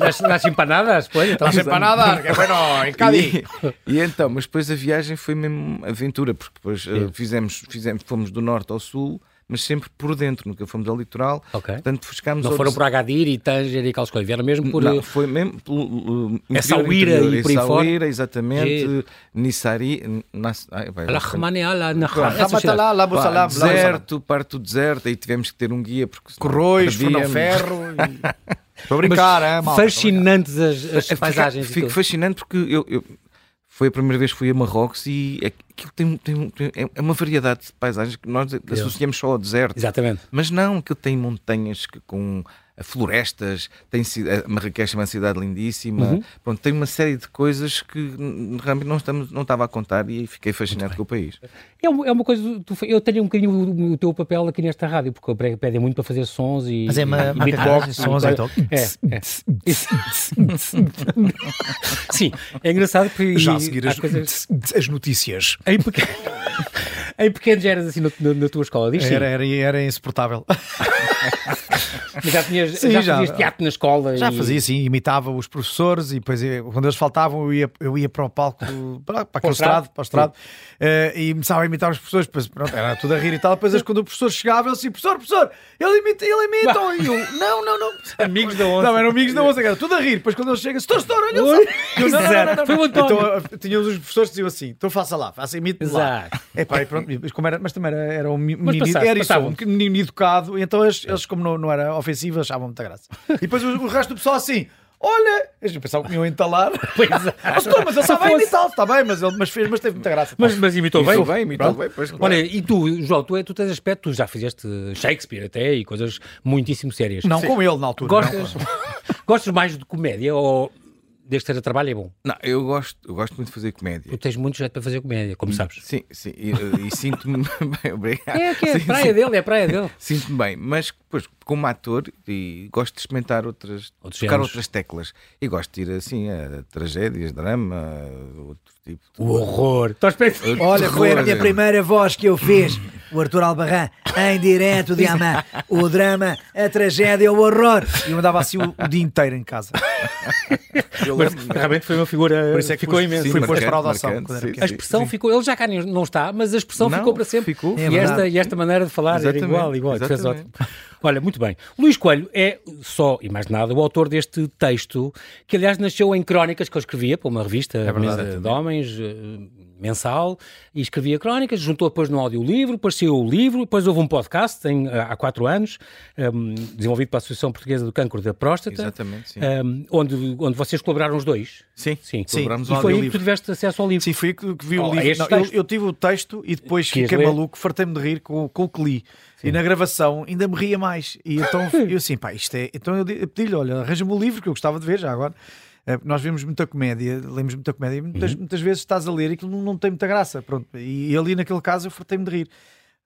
Speaker 1: Nas, nas empanadas, pois. então.
Speaker 3: Estás empanada, que foi não, em Cádiz.
Speaker 2: E, e então, mas depois a viagem foi mesmo aventura, porque depois eh, fizemos, fizemos, fomos do norte ao sul, mas sempre por dentro, nunca fomos ao litoral.
Speaker 1: Ok.
Speaker 2: Portanto, buscámos
Speaker 1: Não
Speaker 2: outros-
Speaker 1: foram por Agadir e Tanger e Calçoeiro, vieram mesmo por... eh,
Speaker 2: Não, foi mesmo pelo, uh,
Speaker 1: Essa
Speaker 2: interior,
Speaker 1: Uíra
Speaker 2: interior,
Speaker 1: e por aí
Speaker 2: essa
Speaker 1: fora.
Speaker 2: Uíra, exatamente.
Speaker 1: Giro.
Speaker 2: Nissari. Nas- ai, vai, vai-
Speaker 1: Rahmane Allah Nahar. Essas cidades.
Speaker 3: Rabatalá,
Speaker 2: Pá,
Speaker 3: Labusalá,
Speaker 2: deserto, parte do deserto, aí tivemos que ter um guia porque
Speaker 3: Corroios, Fernão
Speaker 2: perdíamos.
Speaker 3: Ferro. e- Para brincar, é, malta.
Speaker 1: Fascinantes as, as
Speaker 2: Fica-
Speaker 1: paisagens. e
Speaker 2: Fico
Speaker 1: tudo.
Speaker 2: fascinante porque eu, eu- foi a primeira vez que fui a Marrocos e aquilo tem, um- tem, um- tem- é uma variedade de paisagens que nós associamos só ao deserto.
Speaker 1: Exatamente.
Speaker 2: Mas não, aquilo tem montanhas que, com eh, florestas, tem ci- a Marrakech é uma cidade lindíssima,
Speaker 1: Uhum.
Speaker 2: pronto, tem uma série de coisas que hum, realmente não, estamos, não estava a contar e fiquei fascinado com o país.
Speaker 1: É uma, é uma coisa. tu- eu tenho um bocadinho o, o teu papel aqui nesta rádio, porque pre- pedem muito para fazer sons e.
Speaker 4: Mas é uma-
Speaker 1: e-
Speaker 4: uma
Speaker 1: imitar-
Speaker 4: carruagem,
Speaker 3: sons,
Speaker 1: imitar-
Speaker 3: então.
Speaker 1: É, é. Isso. Sim, é engraçado porque.
Speaker 3: Já a seguir
Speaker 1: há
Speaker 3: as,
Speaker 1: coisas-
Speaker 3: as notícias.
Speaker 1: Em, pequeno, em pequenos eras assim na, na- na tua escola, diz sim.
Speaker 3: Era, era, era insuportável.
Speaker 1: Mas já, tinhas,
Speaker 3: Sim,
Speaker 1: já,
Speaker 3: já.
Speaker 1: fazias teatro na escola.
Speaker 3: Já
Speaker 1: e-
Speaker 3: fazia assim, imitava os professores e depois eh, quando eles faltavam eu ia, eu ia para o palco, para, para
Speaker 1: estrado?
Speaker 3: aquele estrado, para o estrado, eh, e começava a imitar os professores, depois, pronto, era tudo a rir e tal, depois eles, quando o professor chegava, ele assim, professor, professor, ele imita, ele imita, e eu, não, não, não.
Speaker 1: Amigos da onça.
Speaker 3: Não, eram amigos da onça, era tudo a rir, depois quando ele chega, estou, estou, olha só.
Speaker 1: Ui,
Speaker 3: Eu, não, não, não, não,
Speaker 1: exato,
Speaker 3: não.
Speaker 1: foi o António.
Speaker 3: Então, eh, tínhamos os professores que diziam assim, então faça lá, faça, imite lá.
Speaker 1: Exato.
Speaker 3: É pá, e pronto, mas, como era, mas também era, era um menino,
Speaker 1: passaste,
Speaker 3: era isso,
Speaker 1: passavam.
Speaker 3: um menino educado, e então eles, eles, como não, não era ofensivo, achavam muita graça. E depois o, o resto do pessoal assim, olha, eles pensavam que me iam entalar.
Speaker 1: Pois é.
Speaker 3: Ah, senhor, mas ele
Speaker 1: Se
Speaker 3: estava a
Speaker 1: fosse-
Speaker 3: imitar, está bem, mas, ele, mas, fez, mas teve muita graça.
Speaker 1: Mas, mas imitou bem.
Speaker 2: Imitou bem, imitou
Speaker 1: Pronto.
Speaker 2: bem, pois claro.
Speaker 1: Olha, e tu, João, tu, é- tu tens aspecto, tu já fizeste Shakespeare até e coisas muitíssimo sérias.
Speaker 3: não com ele na altura.
Speaker 1: Gostas,
Speaker 3: não.
Speaker 1: gostas mais de comédia ou desde que seja trabalho é bom?
Speaker 2: Não, eu gosto, eu gosto muito de fazer comédia.
Speaker 1: Tu tens muito jeito para fazer comédia, como sabes.
Speaker 2: Sim, sim, e, e sinto-me bem, obrigado.
Speaker 1: É que é a
Speaker 2: Sim,
Speaker 1: praia dele, é a praia dele.
Speaker 2: Sinto-me bem, mas depois, como ator, e gosto de experimentar outras,
Speaker 1: Outros
Speaker 2: tocar
Speaker 1: géneros.
Speaker 2: outras teclas. E gosto de ir assim a tragédias, drama, outro tipo. de-
Speaker 1: O horror. Estás perto?
Speaker 2: Outro
Speaker 5: Olha, foi a
Speaker 2: horror.
Speaker 5: minha primeira voz que eu fiz. O Arthur Albarrán, em direto de Amã. O drama, a tragédia, o horror.
Speaker 3: E eu andava assim o, o dia inteiro em casa.
Speaker 2: Eu
Speaker 1: Mas
Speaker 2: lembro-
Speaker 1: realmente foi uma figura.
Speaker 3: Por isso é que
Speaker 1: ficou
Speaker 3: fui-
Speaker 1: imenso.
Speaker 3: fui
Speaker 1: Foi-
Speaker 3: posto
Speaker 2: marcante,
Speaker 3: para a adoção
Speaker 2: marcante,
Speaker 3: quando era
Speaker 2: sim,
Speaker 1: a
Speaker 3: pequeno.
Speaker 2: sim.
Speaker 1: expressão ficou. Ele já cá nem- não está, mas a expressão
Speaker 2: Não,
Speaker 1: ficou para sempre.
Speaker 2: ficou. É
Speaker 1: e esta,
Speaker 5: verdade.
Speaker 1: e esta maneira de falar era
Speaker 2: Exatamente,
Speaker 1: igual, igual. tu fez
Speaker 2: exatamente.
Speaker 1: ótimo. Olha, muito bem. Luís Coelho é só e mais nada o autor deste texto, que aliás nasceu em crónicas que eu escrevia para uma revista
Speaker 2: É
Speaker 1: Mesa de Homens. eh, Mensal e escrevia crónicas, juntou depois no audiolivro, depois saiu o livro, depois houve um podcast em- há quatro anos, eh, desenvolvido pela Associação Portuguesa do Cancro da Próstata,
Speaker 2: Exatamente, sim.
Speaker 1: eh, onde, onde vocês colaboraram os dois.
Speaker 2: Sim,
Speaker 1: Sim,
Speaker 2: colaboramos
Speaker 1: e foi
Speaker 2: no
Speaker 1: aí que tu
Speaker 2: audiolivro.
Speaker 1: tiveste acesso ao livro.
Speaker 3: Sim, fui eu que que vi
Speaker 1: Oh,
Speaker 3: o livro.
Speaker 1: este
Speaker 3: Não, eu,
Speaker 1: texto-
Speaker 3: eu tive o texto e depois
Speaker 1: Quis
Speaker 3: fiquei
Speaker 1: ler.
Speaker 3: maluco, fartei-me de rir com, com o que li. E na gravação ainda me ria mais. E então eu assim, pá, isto é. Então eu di- eu pedi-lhe, olha, arranja-me o livro que eu gostava de ver já agora. Eh, Nós vemos muita comédia, lemos muita comédia e
Speaker 1: Uhum.
Speaker 3: muitas, muitas vezes estás a ler e aquilo não, não tem muita graça. Pronto. E ali naquele caso eu fartei-me de rir.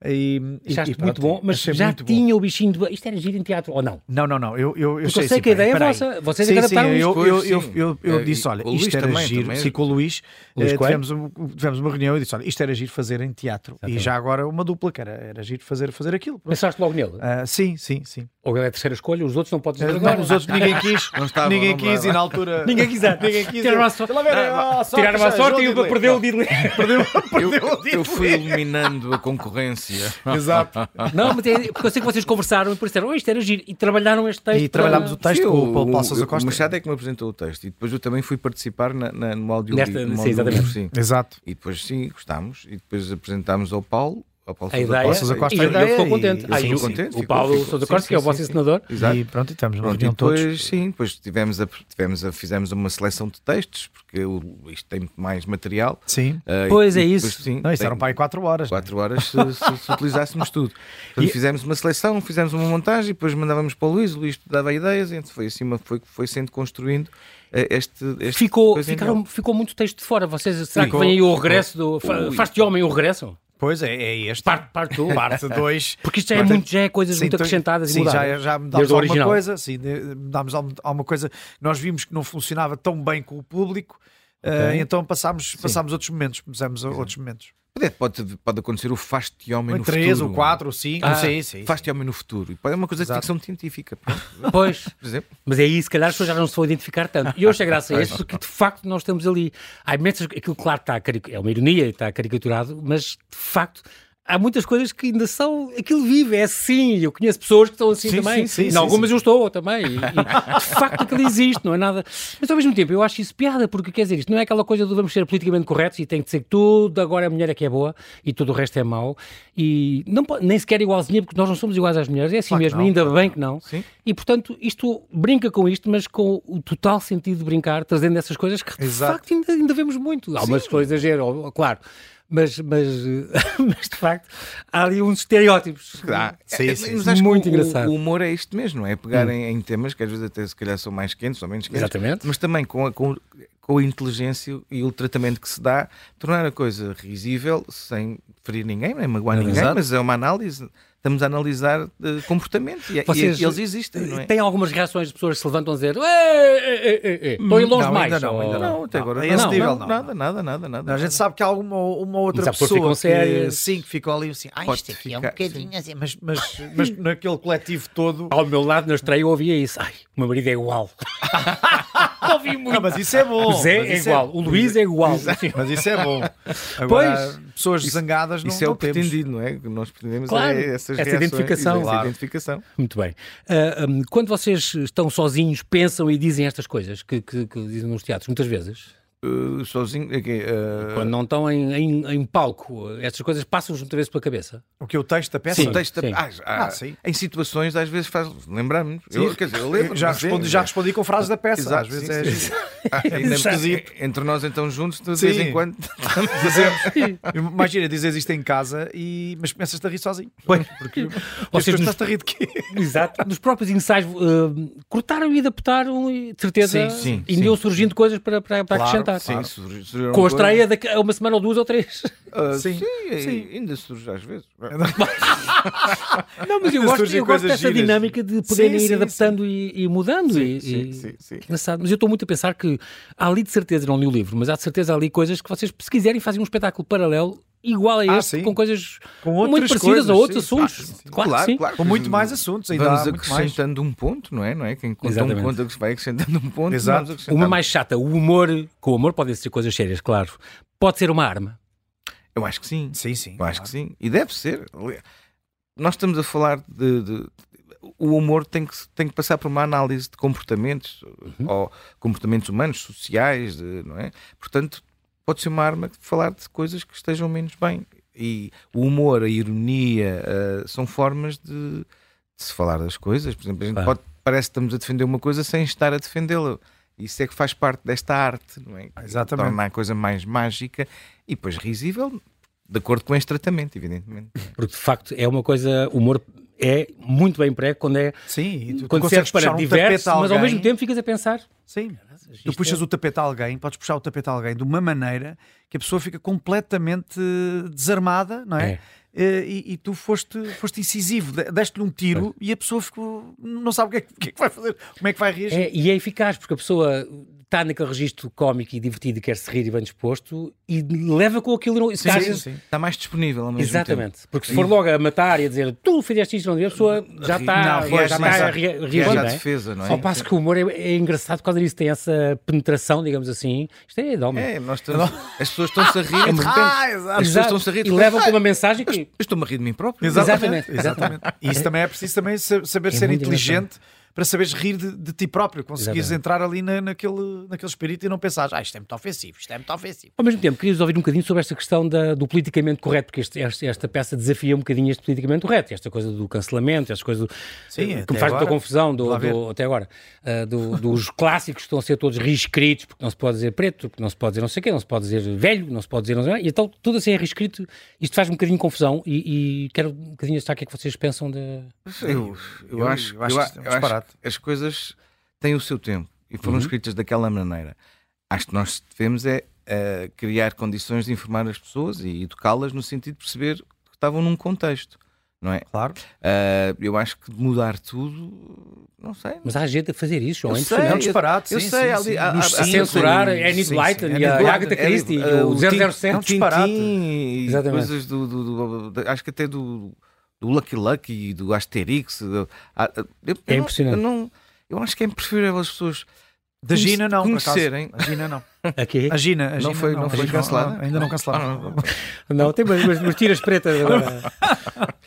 Speaker 3: E, e-
Speaker 1: Achaste
Speaker 3: e
Speaker 1: muito
Speaker 3: pronto,
Speaker 1: bom, mas
Speaker 3: achei
Speaker 1: já
Speaker 3: muito bom.
Speaker 1: tinha o bichinho de. Isto era giro em teatro, ou não?
Speaker 3: Não, não, não. Eu, eu, eu
Speaker 1: Porque eu
Speaker 3: sei,
Speaker 1: sei
Speaker 3: sim,
Speaker 1: que a ideia é
Speaker 3: peraí,
Speaker 1: vossa.
Speaker 3: peraí.
Speaker 1: Vocês é
Speaker 3: sim,
Speaker 1: que
Speaker 3: sim,
Speaker 1: adaptaram
Speaker 3: eu,
Speaker 2: isto.
Speaker 3: eu,
Speaker 2: Sim.
Speaker 3: eu, eu, eu
Speaker 2: Eh,
Speaker 3: disse:
Speaker 2: e
Speaker 3: olha,
Speaker 2: com o Luís
Speaker 3: isto era
Speaker 2: também,
Speaker 3: giro.
Speaker 2: também.
Speaker 3: Sim, com o Luís,
Speaker 1: Luís
Speaker 3: eh,
Speaker 1: Coelho.
Speaker 3: tivemos, um- tivemos uma reunião e disse: olha, isto era giro fazer em teatro. E já agora uma dupla, que era, era giro fazer, fazer aquilo. Pronto.
Speaker 1: Pensaste logo nele?
Speaker 3: Ah, sim, sim, sim.
Speaker 1: Ou ele é a terceira escolha, os outros não podem
Speaker 3: Eh,
Speaker 1: dizer
Speaker 3: não,
Speaker 1: agora.
Speaker 3: os outros ninguém quis,
Speaker 2: Não estavam,
Speaker 3: ninguém
Speaker 2: não
Speaker 3: quis,
Speaker 2: dava.
Speaker 3: e na altura.
Speaker 1: Ninguém quis dar.
Speaker 3: Ninguém quis.
Speaker 1: Tiraram a sorte.
Speaker 3: Lá vieram, ah,
Speaker 1: Tiraram a sorte
Speaker 3: já,
Speaker 1: e
Speaker 3: João
Speaker 1: ele
Speaker 3: Diddley.
Speaker 1: perdeu o Diddley.
Speaker 2: Eu, eu fui eliminando a concorrência.
Speaker 3: Exato.
Speaker 1: Não, mas é, porque eu sei que vocês conversaram e por isso disseram, oh, isto era giro. E trabalharam este texto.
Speaker 3: E trabalhámos o texto
Speaker 2: Sim,
Speaker 3: com o Paulo Paulo Sousa
Speaker 2: o-
Speaker 3: Costa.
Speaker 2: O Machado é que me apresentou o texto e depois eu também fui participar na, na, no audiolivro.
Speaker 1: Nesta-
Speaker 2: no
Speaker 1: sim,
Speaker 2: audiolivro,
Speaker 1: exatamente.
Speaker 2: sim.
Speaker 3: Exato.
Speaker 2: E depois sim, gostámos e depois apresentámos ao Paulo. Ao Paulo
Speaker 1: A
Speaker 2: Sousa
Speaker 1: ideia.
Speaker 2: Costa.
Speaker 3: Sousa Costa.
Speaker 1: e ele
Speaker 3: ideia
Speaker 1: ficou
Speaker 3: e-
Speaker 1: contente.
Speaker 3: eu
Speaker 1: Ah,
Speaker 2: fico
Speaker 1: e o-
Speaker 2: contente,
Speaker 1: O
Speaker 2: fico-
Speaker 1: Paulo
Speaker 2: fico-
Speaker 1: Sousa
Speaker 2: sim,
Speaker 1: Costa, que é o
Speaker 2: sim,
Speaker 1: vosso
Speaker 2: sim, sim.
Speaker 1: ensinador.
Speaker 2: Exato.
Speaker 3: E pronto, e estamos na
Speaker 2: Pronto, e
Speaker 3: reunião
Speaker 2: depois,
Speaker 3: todos.
Speaker 2: sim, depois tivemos a, tivemos a- fizemos uma seleção de textos, porque o- isto tem muito mais material.
Speaker 3: Sim.
Speaker 2: Ah, e-
Speaker 1: Pois é
Speaker 2: e
Speaker 1: isso.
Speaker 2: sim,
Speaker 3: Não, isso
Speaker 2: tem
Speaker 3: eram para aí 4 horas. né?
Speaker 2: quatro horas se, se- se utilizássemos tudo. Portanto, fizemos uma seleção, fizemos uma montagem, depois mandávamos para o Luís, o Luís dava ideias, e foi assim, uma- foi, foi sendo construindo eh, este. este
Speaker 1: Ficou,
Speaker 2: coisa em
Speaker 1: ficaram-
Speaker 2: nós.
Speaker 1: ficou muito texto de fora. Vocês, será que
Speaker 2: Ficou.
Speaker 1: vem aí o regresso do. fa-
Speaker 2: Ui.
Speaker 1: Faz-te homem o regresso?
Speaker 3: Pois é, é este.
Speaker 1: Parte, parte tu.
Speaker 3: Parte 2.
Speaker 1: Porque isto já é, muito, já é coisas
Speaker 3: Sim,
Speaker 1: muito
Speaker 3: então-
Speaker 1: acrescentadas
Speaker 3: sim,
Speaker 1: e mudadas.
Speaker 3: já, já mudámos
Speaker 1: Desde o
Speaker 3: alguma
Speaker 1: original.
Speaker 3: coisa, sim, de- mudámos al- alguma coisa. Nós vimos que não funcionava tão bem com o público, eh, então passámos, passámos outros momentos, pusemos a- outros momentos. Um
Speaker 2: Pode, pode, pode acontecer o faz-te homem no
Speaker 3: 3,
Speaker 2: futuro.
Speaker 3: ou 4, ou 5,
Speaker 1: Ah,
Speaker 3: sim, um sim.
Speaker 2: Faz-te homem no futuro. E pode- É uma coisa de ficção científica, por
Speaker 1: Pois.
Speaker 2: exemplo.
Speaker 1: Mas é isso, se calhar as pessoas já não se vão identificar tanto. E eu acho graça a isso, porque de facto nós estamos ali. Há imensas. Aquilo, claro, está caric- é uma ironia, está caricaturado, mas de facto há muitas coisas que ainda são. Aquilo vive, é assim. Eu conheço pessoas que estão assim
Speaker 3: Sim,
Speaker 1: também.
Speaker 3: sim, sim,
Speaker 1: em
Speaker 3: sim,
Speaker 1: algumas
Speaker 3: sim.
Speaker 1: eu estou também. E, e, de facto, aquilo existe, não é nada. Mas ao mesmo tempo, eu acho isso piada, porque quer dizer, isto não é aquela coisa de vamos ser politicamente corretos e tem que ser que tudo agora a mulher é que é boa e tudo o resto é mau. E não, po- nem sequer igualzinha, porque nós não somos iguais às mulheres. É assim
Speaker 3: Claro que
Speaker 1: mesmo,
Speaker 3: não,
Speaker 1: ainda bem que não.
Speaker 2: Sim.
Speaker 1: E portanto, isto brinca com isto, mas com o total sentido de brincar, trazendo essas coisas que de
Speaker 3: Exato.
Speaker 1: facto ainda, ainda vemos muito. Há umas coisas exagero, ó, oh, claro. Mas, mas, eh, mas de facto há ali uns estereótipos.
Speaker 2: Dá.
Speaker 3: Sim,
Speaker 2: É,
Speaker 3: sim,
Speaker 2: mas
Speaker 1: sim.
Speaker 2: acho que
Speaker 1: Muito
Speaker 2: o-
Speaker 1: engraçado. Hum.
Speaker 2: O humor é isto mesmo, não é pegar em, em temas que às vezes até se calhar são mais quentes ou menos quentes,
Speaker 1: Exatamente.
Speaker 2: mas também com a, com, com a inteligência e o tratamento que se dá, tornar a coisa risível sem ferir ninguém, nem magoar ninguém,
Speaker 3: Exato.
Speaker 2: mas é uma análise. Estamos a analisar eh, comportamento e, e
Speaker 1: Vocês,
Speaker 2: eles existem, não é?
Speaker 1: Tem algumas reações de pessoas que se levantam a dizer "Ué, é, é, é, é, estou a ir longe
Speaker 3: não,
Speaker 1: demais.
Speaker 3: ainda não,
Speaker 1: ou-
Speaker 3: ainda
Speaker 2: Hum, Não, até
Speaker 3: Não,
Speaker 2: agora
Speaker 3: é
Speaker 2: não,
Speaker 3: esse
Speaker 2: não,
Speaker 3: nível,
Speaker 2: não,
Speaker 3: não.
Speaker 2: nada, nada, nada, nada.
Speaker 3: A gente sabe que há uma, uma
Speaker 1: Mas há
Speaker 3: outra
Speaker 1: pessoas que
Speaker 3: pessoa
Speaker 1: ficam
Speaker 3: que,
Speaker 1: sérias.
Speaker 3: sim, que ficou ali assim,
Speaker 4: Ah,
Speaker 2: Pode
Speaker 4: isto aqui é um
Speaker 2: ficar,
Speaker 4: bocadinho assim, mas
Speaker 3: mas, mas naquele coletivo todo.
Speaker 1: Oh, Ao meu lado na estreia eu ouvia isso. Ai, o meu marido é igual. Ouvi muito.
Speaker 3: Não, mas isso é bom.
Speaker 1: o Zé
Speaker 3: mas
Speaker 1: é
Speaker 3: isso
Speaker 1: igual, o Luís é igual. Sim.
Speaker 3: Mas isso é bom. Agora,
Speaker 1: Pois.
Speaker 3: pessoas zangadas não,
Speaker 2: Isso é
Speaker 3: não
Speaker 2: o
Speaker 3: temos.
Speaker 2: pretendido, não é? O que nós pretendemos
Speaker 1: Claro,
Speaker 2: é essas
Speaker 1: essa
Speaker 2: reações,
Speaker 1: identificação.
Speaker 2: essa
Speaker 1: Claro.
Speaker 2: identificação.
Speaker 1: Muito bem. Ah, hum, quando vocês estão sozinhos, pensam e dizem estas coisas que, que- que dizem nos teatros, muitas vezes,
Speaker 2: Eh, sozinho, é que, eh,
Speaker 1: quando não estão em, em- em palco, estas coisas passam-vos muitas vezes pela cabeça.
Speaker 3: O que o texto da peça?
Speaker 1: Sim.
Speaker 2: O texto-
Speaker 1: sim.
Speaker 2: Ah, ah,
Speaker 3: Ah, sim.
Speaker 2: Em situações às vezes faz lembrar-me. Eu, quer dizer, eu lembro.
Speaker 3: já, respondi, já respondi com frases da peça.
Speaker 2: Exato,
Speaker 3: às vezes
Speaker 2: sim,
Speaker 3: é
Speaker 2: sim.
Speaker 3: giro.
Speaker 2: Ah, e lembro-
Speaker 3: esquisito.
Speaker 2: Entre nós então juntos, de
Speaker 3: Sim.
Speaker 2: vez em quando.
Speaker 3: Dizemos. Imagina, dizes isto em casa, e... mas começas a rir sozinho. Porque as pessoas
Speaker 1: nos-
Speaker 3: estás-te a rir de quê?
Speaker 1: Exato. Nos próprios ensaios ah, cortaram e adaptaram, e, de certeza,
Speaker 2: Sim, sim,
Speaker 1: e
Speaker 2: sim.
Speaker 1: iam surgindo coisas para, para- para acrescentar.
Speaker 2: Sim, surgi- surgiram
Speaker 1: Com a
Speaker 2: coisas.
Speaker 1: estreia daqui a uma semana ou duas ou três.
Speaker 2: Ah,
Speaker 3: Sim,
Speaker 2: sim,
Speaker 3: sim. É.
Speaker 2: ainda surge às vezes.
Speaker 1: Não, mas eu
Speaker 3: Ainda
Speaker 1: gosto,
Speaker 3: surgem
Speaker 1: eu gosto
Speaker 3: coisas
Speaker 1: dessa
Speaker 3: giras.
Speaker 1: dinâmica de poderem
Speaker 3: Sim,
Speaker 1: ir
Speaker 3: sim,
Speaker 1: adaptando E, e mudando. e,
Speaker 2: sim,
Speaker 1: e-
Speaker 2: sim, sim.
Speaker 1: Engraçado. Mas eu estou muito a pensar que há ali de certeza, não li o livro, mas há de certeza ali coisas que vocês, se quiserem, fazem um espetáculo paralelo igual a
Speaker 3: Ah,
Speaker 1: este,
Speaker 3: sim.
Speaker 1: com coisas
Speaker 3: Com
Speaker 1: muito
Speaker 3: outras
Speaker 1: parecidas a
Speaker 3: coisas,
Speaker 1: outros
Speaker 3: sim.
Speaker 1: assuntos. Claro, que sim.
Speaker 3: Com muito mais assuntos, ainda
Speaker 2: Vamos
Speaker 3: há muito mais.
Speaker 2: acrescentando um ponto, não é? Não é? Quem conta
Speaker 1: Exatamente.
Speaker 2: um ponto que se vai acrescentando um ponto.
Speaker 3: Exato.
Speaker 2: vamos acrescentando.
Speaker 1: Uma mais chata, o humor, com o amor podem ser coisas sérias, claro. Pode ser uma arma.
Speaker 2: Eu acho que sim.
Speaker 3: Sim, sim.
Speaker 2: Eu acho que sim. E deve ser. Ali- Nós estamos a falar de. de- o humor tem que, se- tem que passar por uma análise de comportamentos, ou comportamentos humanos, sociais, de- não é? Portanto, pode ser uma arma de falar de coisas que estejam menos bem. E o humor, a ironia, ah, são formas de, de se falar das coisas. Por exemplo, a gente
Speaker 1: Claro.
Speaker 2: pode, parece que estamos a defender uma coisa sem estar a defendê-la. Isso é que faz parte desta arte, não é?
Speaker 3: Exatamente.
Speaker 1: Então,
Speaker 2: Torna a coisa mais mágica e depois risível, de acordo com este tratamento, evidentemente.
Speaker 1: Porque de facto é uma coisa, o humor é muito bem prego quando é.
Speaker 3: Sim, e tu, tu
Speaker 1: Quando serve
Speaker 3: consegues
Speaker 1: para
Speaker 3: puxar um
Speaker 1: diversos,
Speaker 3: tapete a
Speaker 1: mas ao
Speaker 3: alguém.
Speaker 1: mesmo tempo ficas a pensar.
Speaker 3: Sim. Tu
Speaker 2: é
Speaker 3: puxas o tapete a alguém, podes puxar o tapete a alguém de uma maneira que a pessoa fica completamente eh, desarmada, não é?
Speaker 1: É.
Speaker 3: Eh, E, e tu foste, foste incisivo, de- deste-lhe um tiro e a pessoa ficou, não sabe o que, é, que- o que é que vai fazer, como é que vai reagir.
Speaker 1: É, e é eficaz, porque a pessoa está naquele registro cómico e divertido e quer se rir e bem disposto e leva com aquilo. e não- se
Speaker 2: Ah,
Speaker 1: calhar-
Speaker 3: sim, sim.
Speaker 2: Está mais disponível ao mesmo
Speaker 1: Exatamente.
Speaker 2: tempo.
Speaker 1: Porque se for logo a matar e a dizer tu fizeste isto, não devia", a pessoa já está
Speaker 3: Não,
Speaker 1: já
Speaker 3: reage
Speaker 1: está
Speaker 3: mais
Speaker 1: a
Speaker 3: à-
Speaker 1: rea-
Speaker 2: Que é
Speaker 1: reagir.
Speaker 2: já
Speaker 1: não é?
Speaker 2: defesa, não é?
Speaker 1: Ao passo que o humor é, é engraçado por causa disso, tem essa penetração, digamos assim. Isto é de homem.
Speaker 2: É, nós estamos- as pessoas estão-se a rir de repente.
Speaker 3: Ah, exato.
Speaker 2: as pessoas
Speaker 1: Exato.
Speaker 2: estão-se a rir de
Speaker 1: E
Speaker 2: repente. "Ah,
Speaker 1: levam com uma mensagem que.
Speaker 2: Eu Estou-me a rir de mim próprio.
Speaker 1: Exatamente.
Speaker 3: exatamente. E isso também é preciso também sa- saber ser
Speaker 1: muito
Speaker 3: inteligente para saberes rir de, de ti próprio, conseguires entrar ali na- naquele, naquele espírito e não pensares, ah, isto é muito ofensivo, isto é muito ofensivo.
Speaker 1: Ao mesmo tempo, queria-vos ouvir um bocadinho sobre esta questão da- do politicamente correto, porque este- este- esta peça desafia um bocadinho este politicamente correto, esta coisa do cancelamento, esta coisa do,
Speaker 3: Sim,
Speaker 1: eh, que
Speaker 3: até
Speaker 1: me faz muita
Speaker 3: agora.
Speaker 1: confusão do-
Speaker 3: Vamos lá
Speaker 1: do- até agora, eh, do- dos clássicos que estão a ser todos reescritos, porque não se pode dizer preto, porque não se pode dizer não sei o quê, não se pode dizer velho, não se pode dizer não sei o quê, e então tudo a ser reescrito, isto faz um bocadinho confusão e, e quero um bocadinho estar o que é que vocês pensam de...
Speaker 2: Eu, eu,
Speaker 3: eu
Speaker 2: acho, eu,
Speaker 3: acho
Speaker 2: a-
Speaker 3: que isto é um
Speaker 2: eu acho
Speaker 3: disparate.
Speaker 2: que as coisas têm o seu tempo e foram escritas daquela maneira. Acho que nós devemos é eh, criar condições de informar as pessoas e educá-las no sentido de perceber que estavam num contexto, não é?
Speaker 3: Claro.
Speaker 2: Eh, eu acho que mudar tudo, não sei.
Speaker 1: Mas há gente a fazer isso, João, é
Speaker 2: Eu
Speaker 1: impressionante.
Speaker 3: É um
Speaker 2: eu-
Speaker 3: disparate,
Speaker 2: eu
Speaker 3: sim,
Speaker 2: sei,
Speaker 3: sim,
Speaker 2: ali
Speaker 3: sim.
Speaker 2: há-
Speaker 3: Nos
Speaker 2: há- há-
Speaker 1: A
Speaker 3: sim,
Speaker 1: censurar a
Speaker 3: sim,
Speaker 1: Enid
Speaker 3: sim,
Speaker 1: Blyton
Speaker 3: sim.
Speaker 1: e a
Speaker 2: Blyton,
Speaker 1: Agatha
Speaker 2: é,
Speaker 1: Christie
Speaker 2: eh,
Speaker 1: e
Speaker 3: um
Speaker 1: o
Speaker 2: Tintin
Speaker 1: 007.
Speaker 2: e
Speaker 1: Exatamente.
Speaker 2: coisas do, do- do- do- acho que até do, do Lucky Lucky, do Asterix. do- ah, ah, eu- eu
Speaker 1: É
Speaker 2: não-
Speaker 1: impressionante.
Speaker 2: Eu, não, eu acho que é preferível as pessoas
Speaker 3: Da Gina não, por acaso.
Speaker 2: conhecerem.
Speaker 3: A Gina não.
Speaker 1: Aqui?
Speaker 3: A Gina, a
Speaker 2: Não
Speaker 3: Gina
Speaker 2: foi- não
Speaker 3: a
Speaker 2: foi
Speaker 3: Gina
Speaker 2: cancelada?
Speaker 3: ainda não
Speaker 2: Ah,
Speaker 3: cancelaram.
Speaker 1: Não, tem umas, umas- umas tiras pretas agora.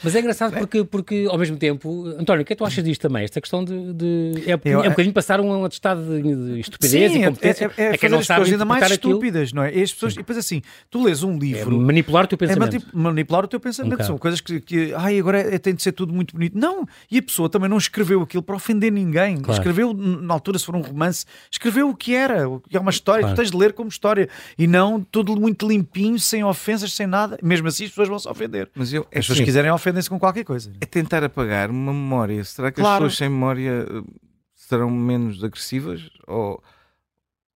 Speaker 1: Mas é engraçado porque, porque, ao mesmo tempo, António, o que é que tu achas disto também? Esta questão de. de- é, um bocadinho-
Speaker 3: Eu-
Speaker 1: é um bocadinho passar um atestado de de estupidez e
Speaker 3: é,
Speaker 1: competência.
Speaker 3: é, é,
Speaker 1: a quem
Speaker 3: fazer
Speaker 1: não
Speaker 3: as
Speaker 1: sabe
Speaker 3: pessoas ainda mais
Speaker 1: interpretar aquilo.
Speaker 3: estúpidas, não é? E, as pessoas, e depois assim, tu lês um
Speaker 1: É
Speaker 3: livro.
Speaker 1: manipular o teu
Speaker 3: É
Speaker 1: pensamento. Um
Speaker 3: manip- manipular o teu pensamento.
Speaker 1: bocado.
Speaker 3: São coisas que, que ai, agora é- tem de ser tudo muito bonito. Não, e a pessoa também não escreveu aquilo para ofender ninguém.
Speaker 1: Claro.
Speaker 3: Escreveu, n- na altura, se for um romance, escreveu o que era, o que é uma história,
Speaker 1: Claro.
Speaker 3: tu tens de ler como história e não tudo muito limpinho, sem ofensas, sem nada. Mesmo assim, as pessoas vão se ofender.
Speaker 2: Mas eu, assim,
Speaker 3: As pessoas que quiserem ofendem-se com qualquer coisa.
Speaker 2: é tentar apagar uma memória. Será que
Speaker 3: Claro.
Speaker 2: as pessoas sem memória eh, serão menos agressivas? Ou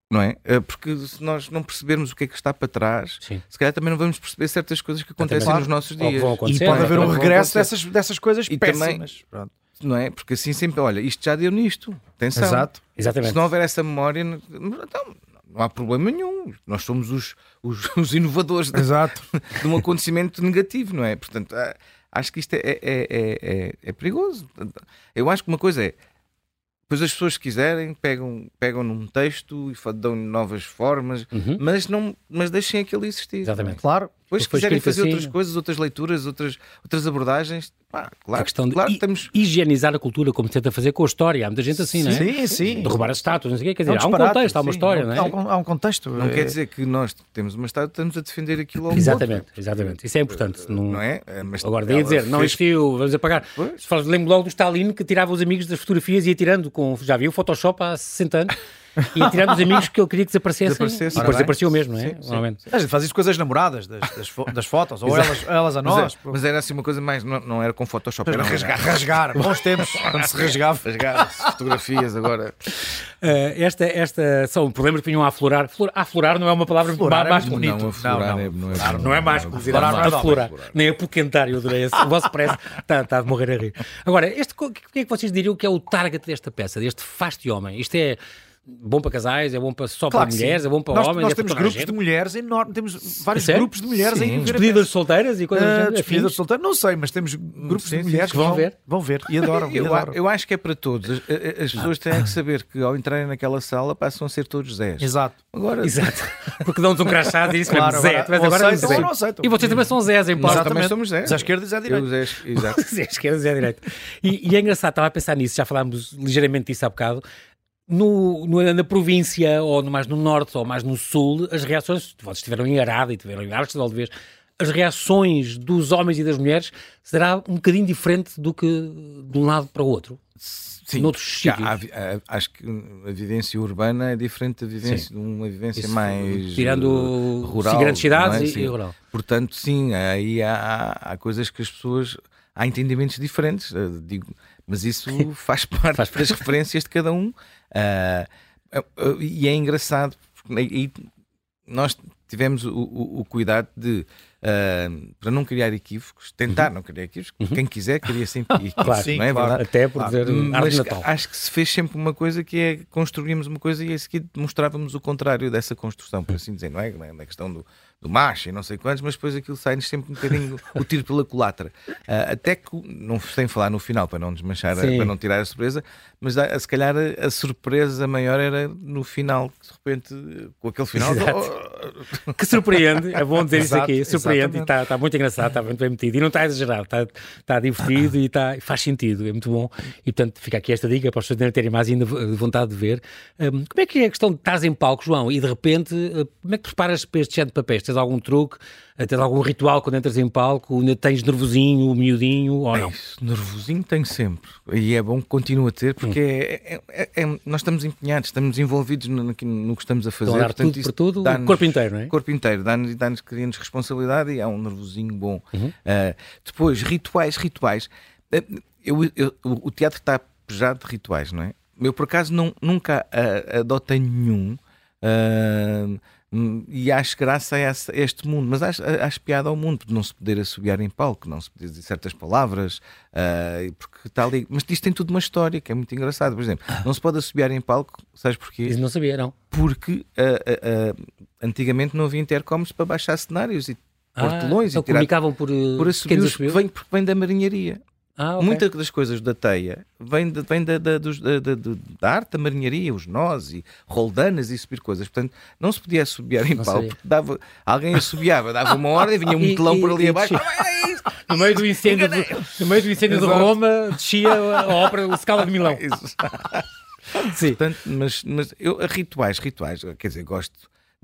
Speaker 2: não é? Eh, Porque se nós não percebermos o que é que está para trás,
Speaker 1: Sim.
Speaker 2: se calhar também não vamos perceber certas coisas que acontecem
Speaker 1: Claro.
Speaker 2: nos nossos
Speaker 1: Ou que
Speaker 2: dias.
Speaker 1: vão
Speaker 3: E
Speaker 1: acontecer,
Speaker 3: pode
Speaker 1: não é?
Speaker 3: haver um
Speaker 2: Pode
Speaker 3: regresso
Speaker 2: acontecer.
Speaker 3: dessas, dessas coisas
Speaker 2: E também-
Speaker 3: péssimas. Pronto.
Speaker 2: Não é? Porque assim sempre, olha, isto já deu nisto. Atenção.
Speaker 3: Exato.
Speaker 1: Exatamente.
Speaker 2: Se não houver essa memória, n- então, não há problema nenhum. Nós somos os, os, os inovadores de,
Speaker 3: Exato.
Speaker 2: de um acontecimento negativo, não é? Portanto, a- acho que isto é, é- é- é- é perigoso. Portanto, Eu acho que uma coisa é. Pois as pessoas se quiserem, pegam, pegam num texto e fa- dão novas formas,
Speaker 1: Uhum.
Speaker 2: mas, não, mas deixem aquilo existir.
Speaker 1: Exatamente.
Speaker 3: Claro.
Speaker 2: Depois, se
Speaker 1: Foi
Speaker 2: quiserem
Speaker 1: escrito
Speaker 2: fazer
Speaker 1: assim.
Speaker 2: outras coisas, outras leituras, outras, outras abordagens, pá,
Speaker 1: A
Speaker 2: claro,
Speaker 1: questão de
Speaker 2: claro
Speaker 1: hi-
Speaker 2: que estamos.
Speaker 1: higienizar a cultura, como se tenta fazer com a história. Há muita gente assim, não é?
Speaker 3: Sim, sim.
Speaker 1: Derrubar as estátuas, não sei o quê. Quer
Speaker 3: É um
Speaker 1: dizer, há um
Speaker 3: disparate,
Speaker 1: contexto, há uma
Speaker 3: sim.
Speaker 1: história,
Speaker 3: Há um-
Speaker 1: não é?
Speaker 3: Há um, há um contexto.
Speaker 2: Não
Speaker 3: é-
Speaker 2: quer dizer que nós temos uma estátua, estamos a defender aquilo ao
Speaker 1: Exatamente, exatamente. Isso é importante. Não...
Speaker 2: Não é? É, Mas
Speaker 1: Agora, daí a
Speaker 2: ela
Speaker 1: dizer, não
Speaker 2: fez-
Speaker 1: existiu, vamos apagar. Se falas- Lembro logo do Stalin que tirava os amigos das fotografias e ia tirando com, já viu, Photoshop há 60 anos, e ia tirando os amigos que ele queria que desaparecessem.
Speaker 2: Desaparecessem.
Speaker 1: E depois
Speaker 2: Ora bem.
Speaker 1: desapareceu mesmo, não é?
Speaker 2: Sim, sim,
Speaker 1: Normalmente.
Speaker 3: A gente faz isso com as namoradas das, das, fo- das fotos, ou elas, elas a
Speaker 2: Mas,
Speaker 3: nós.
Speaker 2: é-
Speaker 3: pô.
Speaker 2: mas era assim uma coisa mais, não, não era com Photoshop, era
Speaker 3: rasgar, rasgar, bons tempos, quando se rasgava.
Speaker 2: rasgar fotografias agora.
Speaker 1: Eh, esta, esta, são problemas que vinham a aflorar. Flor, aflorar não é uma palavra
Speaker 3: Aflorar
Speaker 1: ma- mais
Speaker 3: é muito
Speaker 1: bonita.
Speaker 3: Não,
Speaker 2: Não,
Speaker 3: aflorar
Speaker 2: aflorar
Speaker 3: é-
Speaker 2: é, não é
Speaker 1: Não é mais que dizer
Speaker 3: aflorar,
Speaker 1: aflorar,
Speaker 3: não,
Speaker 1: aflorar. nem apoquentar, eu adorei esse. O vosso parece está está de morrer a rir. Agora, este, co- o que é que vocês diriam que é o target desta peça, deste faste homem? Isto é bom para casais, é bom para, só para
Speaker 3: que sim.
Speaker 1: mulheres, é bom para
Speaker 3: nós,
Speaker 1: homens,
Speaker 3: Nós
Speaker 1: é para
Speaker 3: temos
Speaker 1: toda a
Speaker 3: grupos
Speaker 1: gente?
Speaker 3: de mulheres enormes, temos vários
Speaker 1: sério?
Speaker 3: grupos de mulheres em que ver a
Speaker 1: Despedidas solteiras e coisas do
Speaker 3: peça. Ah,
Speaker 1: género,
Speaker 3: despedidas
Speaker 1: afins?
Speaker 3: solteiras, não sei, mas temos grupos
Speaker 2: Sim,
Speaker 3: de
Speaker 2: sim,
Speaker 3: mulheres
Speaker 1: que vão ver.
Speaker 3: Vão ver e adoram. e
Speaker 2: Eu, a-
Speaker 3: adoram.
Speaker 2: eu acho que é para todos. As, as pessoas têm que saber que ao entrarem naquela sala passam a ser todos 10.
Speaker 3: Exato.
Speaker 2: Agora,
Speaker 1: Exato. Porque dão-nos um crachado e isso
Speaker 3: Claro,
Speaker 1: mesmo. Zé,
Speaker 3: agora-
Speaker 1: tu és
Speaker 3: ou
Speaker 1: agora
Speaker 3: aceitam
Speaker 1: Zé.
Speaker 3: ou não aceitam.
Speaker 1: E vocês também são Zés em
Speaker 2: nós
Speaker 1: parte.
Speaker 2: também
Speaker 3: Exatamente.
Speaker 2: somos 10.
Speaker 3: Zé à esquerda e Zé à direita.
Speaker 2: exato.
Speaker 1: Zé à esquerda, Zé à direita. E, e é engraçado, estava a pensar nisso, já falámos ligeiramente disso há bocado. No, no- na província, ou no- mais no norte, ou mais no sul, as reações, vocês estiveram em Arada e estiveram em Arcos, talvez, as reações dos homens e das mulheres será um bocadinho diferente do que de um lado para o outro.
Speaker 2: Sim,
Speaker 1: Noutros
Speaker 2: já
Speaker 1: sítios.
Speaker 2: há vi- há- acho que a vivência urbana é diferente da vivência, de uma vivência
Speaker 1: Isso,
Speaker 2: mais
Speaker 1: tirando
Speaker 2: eh, rural.
Speaker 1: sim, grandes
Speaker 2: não é?
Speaker 1: cidades e-
Speaker 2: Sim.
Speaker 1: e rural.
Speaker 2: Portanto, sim, aí há, há- há coisas que as pessoas. Há entendimentos diferentes, eh, digo, mas isso faz parte das referências de cada um. Ah, ah, ah, e é engraçado, porque aí nós tivemos o, o- o cuidado de, ah, para não criar equívocos, tentar não criar equívocos, quem quiser cria sempre equívocos,
Speaker 1: Uhum. Claro.
Speaker 2: não é
Speaker 3: Sim, claro.
Speaker 2: verdade?
Speaker 1: Até por dizer ah,
Speaker 2: Mas
Speaker 1: Natal.
Speaker 2: acho que se fez sempre uma coisa que é construímos uma coisa e a seguir mostrávamos o contrário dessa construção, por assim dizer, não é? Na na questão do, do macho e não sei quantos, mas depois aquilo sai-nos sempre um bocadinho o tiro pela culatra. Ah, até que, não, sem falar no final, para não desmanchar, a-
Speaker 1: Sim.
Speaker 2: para não tirar a surpresa, mas a, se calhar a, a surpresa maior era no final, que de repente, com aquele final.
Speaker 1: Exato.
Speaker 2: oh,
Speaker 1: que surpreende, é bom dizer isso
Speaker 3: Exato,
Speaker 1: aqui, surpreende
Speaker 3: exatamente.
Speaker 1: e está está muito engraçado, está muito bem metido e não tá está exagerado, está, está tá divertido e está, faz sentido, é muito bom. E portanto fica aqui esta dica para as pessoas ainda terem mais ainda vo- vontade de ver. Hum, como é que é a questão de estás em palco, João, e de repente, eh, como é que te preparas para este género de papéis? Tens algum truque, Eh, tens algum ritual quando entras em palco, ainda tens nervosinho, miudinho ou não?
Speaker 2: Isso, nervosinho tenho sempre. E é bom que continue a ter, porque
Speaker 1: Hum.
Speaker 2: é- é- é- é- nós estamos empenhados, estamos envolvidos no, no que no que estamos a fazer.
Speaker 1: Estão a dar
Speaker 2: portanto,
Speaker 1: tudo
Speaker 2: isso
Speaker 1: por tudo, o
Speaker 2: dá-nos-
Speaker 1: corpo inteiro, não é?
Speaker 2: corpo inteiro, dá-nos dá cria-nos responsabilidade e há um nervosinho bom. Ah, depois, rituais, rituais. Ah, eu- eu- o o teatro está pejado de rituais, não é? Eu, por acaso, não, nunca ah, adotei nenhum ah, hum, e acho graça a, essa- a este mundo, mas acho, a- acho piada ao mundo de não se poder assobiar em palco, não se poder dizer certas palavras, ah, e porque está ali. Mas isto tem tudo uma história que é muito engraçado. Por exemplo, não se pode assobiar em palco, sabes porquê?
Speaker 1: Isso não sabia, não.
Speaker 2: porque ah, ah, ah, antigamente não havia intercoms para baixar cenários e
Speaker 1: Ah,
Speaker 2: portelões
Speaker 1: então
Speaker 2: e tirar
Speaker 1: comunicavam por, eh,
Speaker 2: por
Speaker 1: quem nos
Speaker 2: assobios que
Speaker 1: assumiu?
Speaker 2: vem, porque vem da marinharia.
Speaker 1: Ah, ok.
Speaker 2: Muitas das coisas da teia vêm de- vêm da, da- dos- da- da- do- da arte da marinharia, os nós e roldanas e subir coisas. Portanto, não se podia assobiar em pau,
Speaker 1: sabia.
Speaker 2: porque dava, alguém assobiava, dava uma ordem, vinha um
Speaker 1: E-
Speaker 2: telão por
Speaker 1: e-
Speaker 2: ali
Speaker 1: e
Speaker 2: abaixo.
Speaker 1: descia. No meio do incêndio, de, no meio do incêndio de
Speaker 2: Exato.
Speaker 1: Roma, descia a ópera, o Scala de Milão.
Speaker 2: Isso.
Speaker 1: Sim.
Speaker 2: Portanto, mas, mas eu, rituais, rituais, quer dizer, gosto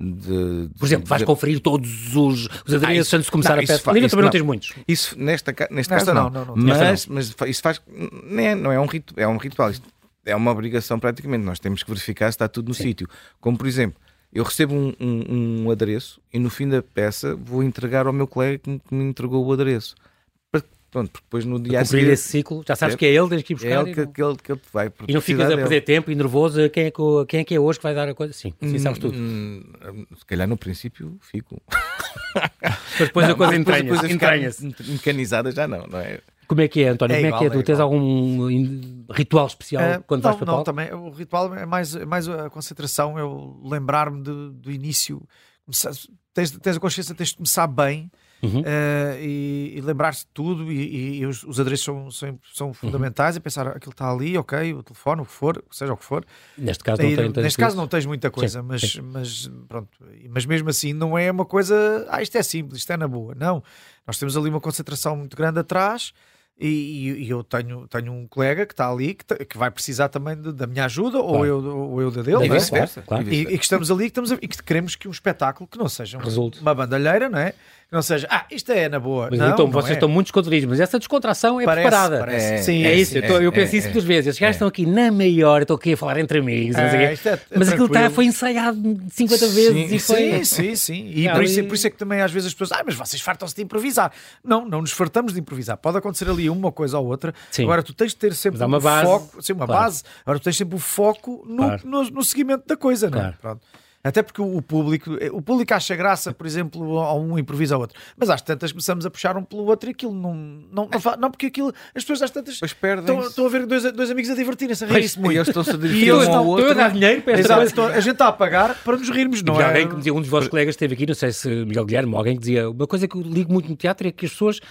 Speaker 2: de. de-
Speaker 1: Por exemplo, vais
Speaker 2: de-
Speaker 1: conferir todos os, os
Speaker 2: Ah,
Speaker 1: adereços
Speaker 2: isso-
Speaker 1: antes de começar
Speaker 2: não,
Speaker 1: a
Speaker 2: isso
Speaker 1: peça.
Speaker 2: fa-
Speaker 1: Liga
Speaker 2: isso
Speaker 1: também não.
Speaker 2: não.
Speaker 1: tens muitos.
Speaker 2: Isso, nesta, ca- neste
Speaker 3: Nesta
Speaker 2: caso, não.
Speaker 3: não, não, não.
Speaker 1: Nesta
Speaker 2: Mas, mas fa- isso faz. Não é, não é um rito, é um ritual. Isto é uma obrigação praticamente. Nós temos que verificar se está tudo no sítio. Como, por exemplo, eu recebo um, um- um adereço e no fim da peça vou entregar ao meu colega que me, que me entregou o adereço. Para- Pronto, porque depois no dia a
Speaker 1: Cumprir
Speaker 2: seguir.
Speaker 1: esse ciclo, já sabes que é ele, tens que ir buscar.
Speaker 2: É ele
Speaker 1: e
Speaker 2: que, é
Speaker 1: não-
Speaker 2: que ele, que ele te vai.
Speaker 1: E não ficas a perder tempo e nervoso, quem é, que, o- quem é que é hoje que vai dar a coisa? Sim, sim sabes tudo.
Speaker 2: Hum, Se calhar no princípio fico.
Speaker 1: Mas depois a
Speaker 2: Não,
Speaker 1: coisa
Speaker 2: mas depois
Speaker 1: entranha-se.
Speaker 2: coisa ficar
Speaker 1: entranha-se.
Speaker 2: me- mecanizada já não, não é?
Speaker 1: Como é que é, António?
Speaker 3: É
Speaker 1: Como é
Speaker 3: igual,
Speaker 1: que é?
Speaker 3: é
Speaker 1: Tu tens
Speaker 3: igual.
Speaker 1: algum in- ritual especial
Speaker 3: Ah,
Speaker 1: quando
Speaker 3: não,
Speaker 1: vais para
Speaker 3: não,
Speaker 1: palco?
Speaker 3: também. O ritual é mais, é mais a concentração, eu lembrar-me de- do início. Começar- tens, tens a consciência, tens de começar bem
Speaker 1: Uhum.
Speaker 3: ah, e, e lembrar-se de tudo. E, e- e os, os adereços são, são,
Speaker 1: Uhum.
Speaker 3: são fundamentais. E pensar aquilo está ali, ok, o telefone, o que for, seja o que for.
Speaker 1: Neste caso
Speaker 3: Aí,
Speaker 1: não tem.
Speaker 3: neste caso não tens muita coisa, mas,
Speaker 1: sim.
Speaker 3: mas pronto, mas mesmo assim não é uma coisa, ah, isto é simples, isto é na boa. Não, nós temos ali uma concentração muito grande atrás e, e- e eu tenho, tenho um colega que está ali que, te- que vai precisar também de- da minha ajuda, ou,
Speaker 1: Claro.
Speaker 3: eu, ou eu da dele,
Speaker 1: Daí
Speaker 3: não é?
Speaker 1: vice-versa. claro.
Speaker 2: E
Speaker 3: E,
Speaker 2: vice-versa.
Speaker 3: e que estamos ali que estamos a- e que queremos que um espetáculo que não seja um-
Speaker 1: Resulte.
Speaker 3: uma bandalheira, não é? Que não seja, ah, isto é na boa.
Speaker 1: Mas
Speaker 3: não,
Speaker 1: então
Speaker 3: não
Speaker 1: vocês
Speaker 3: é.
Speaker 1: estão muito descontraídos, mas essa descontração é
Speaker 3: Parece,
Speaker 1: preparada.
Speaker 3: parece.
Speaker 2: É,
Speaker 3: Sim,
Speaker 1: É isso,
Speaker 3: sim.
Speaker 1: eu, tô- eu
Speaker 2: é,
Speaker 1: penso
Speaker 2: é,
Speaker 1: isso muitas vezes. Estes gajos estão aqui na maior, estão aqui a falar entre amigos, não sei o
Speaker 3: É,
Speaker 1: quê.
Speaker 3: isto é- é
Speaker 1: mas aquilo tá,
Speaker 3: tranquilo.
Speaker 1: foi ensaiado 50 vezes e foi.
Speaker 3: Sim, sim, sim. E
Speaker 1: É,
Speaker 3: por, isso,
Speaker 1: ali-
Speaker 3: por isso é que também às vezes as pessoas, ah, mas vocês fartam-se de improvisar. Não, não nos fartamos de improvisar. Pode acontecer ali uma coisa ou outra.
Speaker 1: Sim.
Speaker 3: Agora tu tens de ter sempre
Speaker 1: Mas há uma
Speaker 3: um
Speaker 1: base,
Speaker 3: foco, sim, uma
Speaker 1: claro.
Speaker 3: base. Agora tu tens sempre o foco no,
Speaker 1: Claro.
Speaker 3: no, no seguimento da coisa, não é?
Speaker 1: Claro.
Speaker 3: Pronto. Até porque o público, eh, o público acha graça, por exemplo, a um improvisa ao outro. Mas às tantas começamos a puxar um pelo outro e aquilo não. Não, não, fa- não porque aquilo, as pessoas às tantas
Speaker 2: Pois perdem-se.
Speaker 3: estão, estão a ver dois, dois amigos a divertirem-se, a
Speaker 2: Pois,
Speaker 3: rir-se
Speaker 2: e
Speaker 3: muito.
Speaker 2: eles estão-se a
Speaker 3: E
Speaker 2: divertir
Speaker 3: eles
Speaker 2: um ao
Speaker 3: estão-
Speaker 2: outro.
Speaker 1: Estou a dar dinheiro para esta
Speaker 3: Exato,
Speaker 1: coisa.
Speaker 3: então a gente está a pagar para nos rirmos, não
Speaker 1: Havia
Speaker 3: é?
Speaker 1: alguém que dizia, um dos vossos colegas esteve aqui, não sei se Miguel Guilherme ou alguém que dizia, uma coisa que eu ligo muito no teatro é que as pessoas.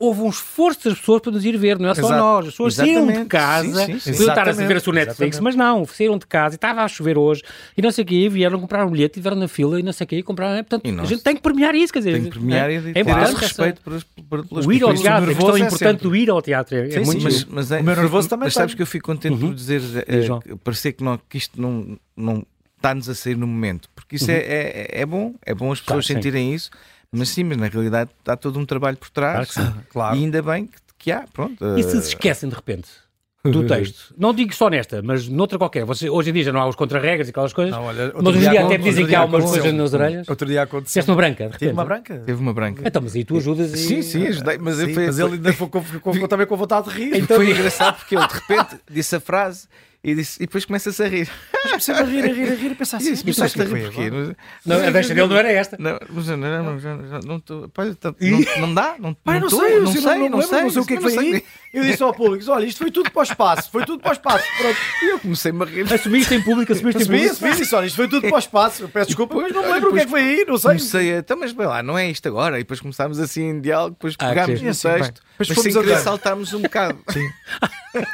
Speaker 1: Houve um esforço das pessoas para nos ir ver, não é só
Speaker 3: Exato.
Speaker 1: nós. As pessoas saíram de
Speaker 2: Exatamente.
Speaker 1: casa,
Speaker 2: Sim, sim, sim.
Speaker 1: podiam estar a ver a sua
Speaker 3: Exatamente.
Speaker 1: Netflix,
Speaker 3: Exatamente.
Speaker 1: mas não, saíram de casa e estava a chover hoje e não sei o quê, e vieram comprar um bilhete, tiveram na fila e não sei o quê, e compraram. é, Portanto,
Speaker 2: E
Speaker 1: a
Speaker 2: nós-
Speaker 1: gente tem que premiar isso, quer dizer.
Speaker 2: Tem que premiar
Speaker 1: é,
Speaker 2: e
Speaker 1: é
Speaker 2: ter
Speaker 1: importante
Speaker 2: esse
Speaker 1: essa-
Speaker 2: respeito pelas, pelas
Speaker 1: O ir ao
Speaker 2: pessoas.
Speaker 1: teatro, a
Speaker 3: nervoso
Speaker 1: questão
Speaker 3: é
Speaker 1: importante
Speaker 3: sempre.
Speaker 1: do ir ao teatro. É, é
Speaker 3: Sim,
Speaker 1: muito
Speaker 3: sim.
Speaker 2: Mas, mas é-
Speaker 3: O meu nervoso também
Speaker 2: mas sabes
Speaker 3: tem.
Speaker 2: que eu fico contente por dizeres eh,
Speaker 1: Uhum. Diz, João.
Speaker 2: que parecer que, não, que isto não, não está-nos a sair no momento, porque isso é, é, é bom, é bom as pessoas
Speaker 1: Uhum. Claro, sim.
Speaker 2: sentirem isso, mas sim, mas na realidade está todo um trabalho por trás
Speaker 1: Claro
Speaker 3: Claro.
Speaker 2: e ainda bem que, que há, pronto.
Speaker 1: E
Speaker 2: eh,
Speaker 1: se se esquecem de repente do texto? Não digo só nesta, mas noutra qualquer. Você- hoje em dia já não há os contra-regras e aquelas coisas.
Speaker 3: Não, olha, outro
Speaker 1: mas hoje em
Speaker 3: dia
Speaker 1: dia até
Speaker 3: aconteceu,
Speaker 1: dizem
Speaker 3: outro
Speaker 1: que há
Speaker 3: dia
Speaker 1: umas
Speaker 3: aconteceu.
Speaker 1: coisas nas orelhas.
Speaker 3: Outro dia aconteceu.
Speaker 1: Fizeste uma branca, de repente.
Speaker 3: Tive uma branca.
Speaker 2: Teve uma branca.
Speaker 1: Então, mas aí tu ajudas e...
Speaker 2: Sim, sim, ajudei, mas,
Speaker 3: Sim,
Speaker 1: assim.
Speaker 2: foi,
Speaker 3: mas ele ainda ficou, ficou- ficou também com vontade de rir.
Speaker 2: E
Speaker 1: Então
Speaker 2: foi engraçado porque ele de repente disse a frase e, disse- e depois começa-se a rir.
Speaker 3: Comecei a rir, a rir, a rir, a pensar
Speaker 1: Ah,
Speaker 2: E
Speaker 3: assim.
Speaker 2: disse,
Speaker 3: mas
Speaker 2: "Mas estás
Speaker 3: isto
Speaker 2: a
Speaker 3: é
Speaker 2: rir
Speaker 3: que foi
Speaker 2: porquê?
Speaker 3: agora?"
Speaker 1: Não, a deixa dele não era esta.
Speaker 2: Não, mas eu não, não, não, não, não, tô- pá, eu tô- não, não dá, não,
Speaker 3: Pai, Ah, não,
Speaker 2: não tô,
Speaker 3: sei, eu
Speaker 2: não
Speaker 3: sei,
Speaker 2: sei,
Speaker 3: não, me lembro, não sei o que é que foi
Speaker 2: sei.
Speaker 3: aí. Eu disse ao público: olha, isto foi tudo para o espaço, foi tudo para o espaço. Pronto.
Speaker 2: E eu comecei-me a rir.
Speaker 1: Assumiste em público, assumiste em
Speaker 3: Assumi,
Speaker 1: público.
Speaker 3: assumi, disse: olha, isto foi tudo para o espaço. Eu peço desculpa, mas não me lembro o que é que foi aí, não sei.
Speaker 2: Comecei a, então, mas bem lá, não é isto agora. E depois começámos assim em diálogo, depois
Speaker 1: Ah,
Speaker 2: pegámos
Speaker 1: sim.
Speaker 2: no
Speaker 3: Sim, sim,
Speaker 2: texto,
Speaker 3: bem.
Speaker 2: mas
Speaker 3: É assim, Depois
Speaker 2: sem
Speaker 3: fomos
Speaker 2: querer
Speaker 3: andando.
Speaker 2: saltámos um bocado.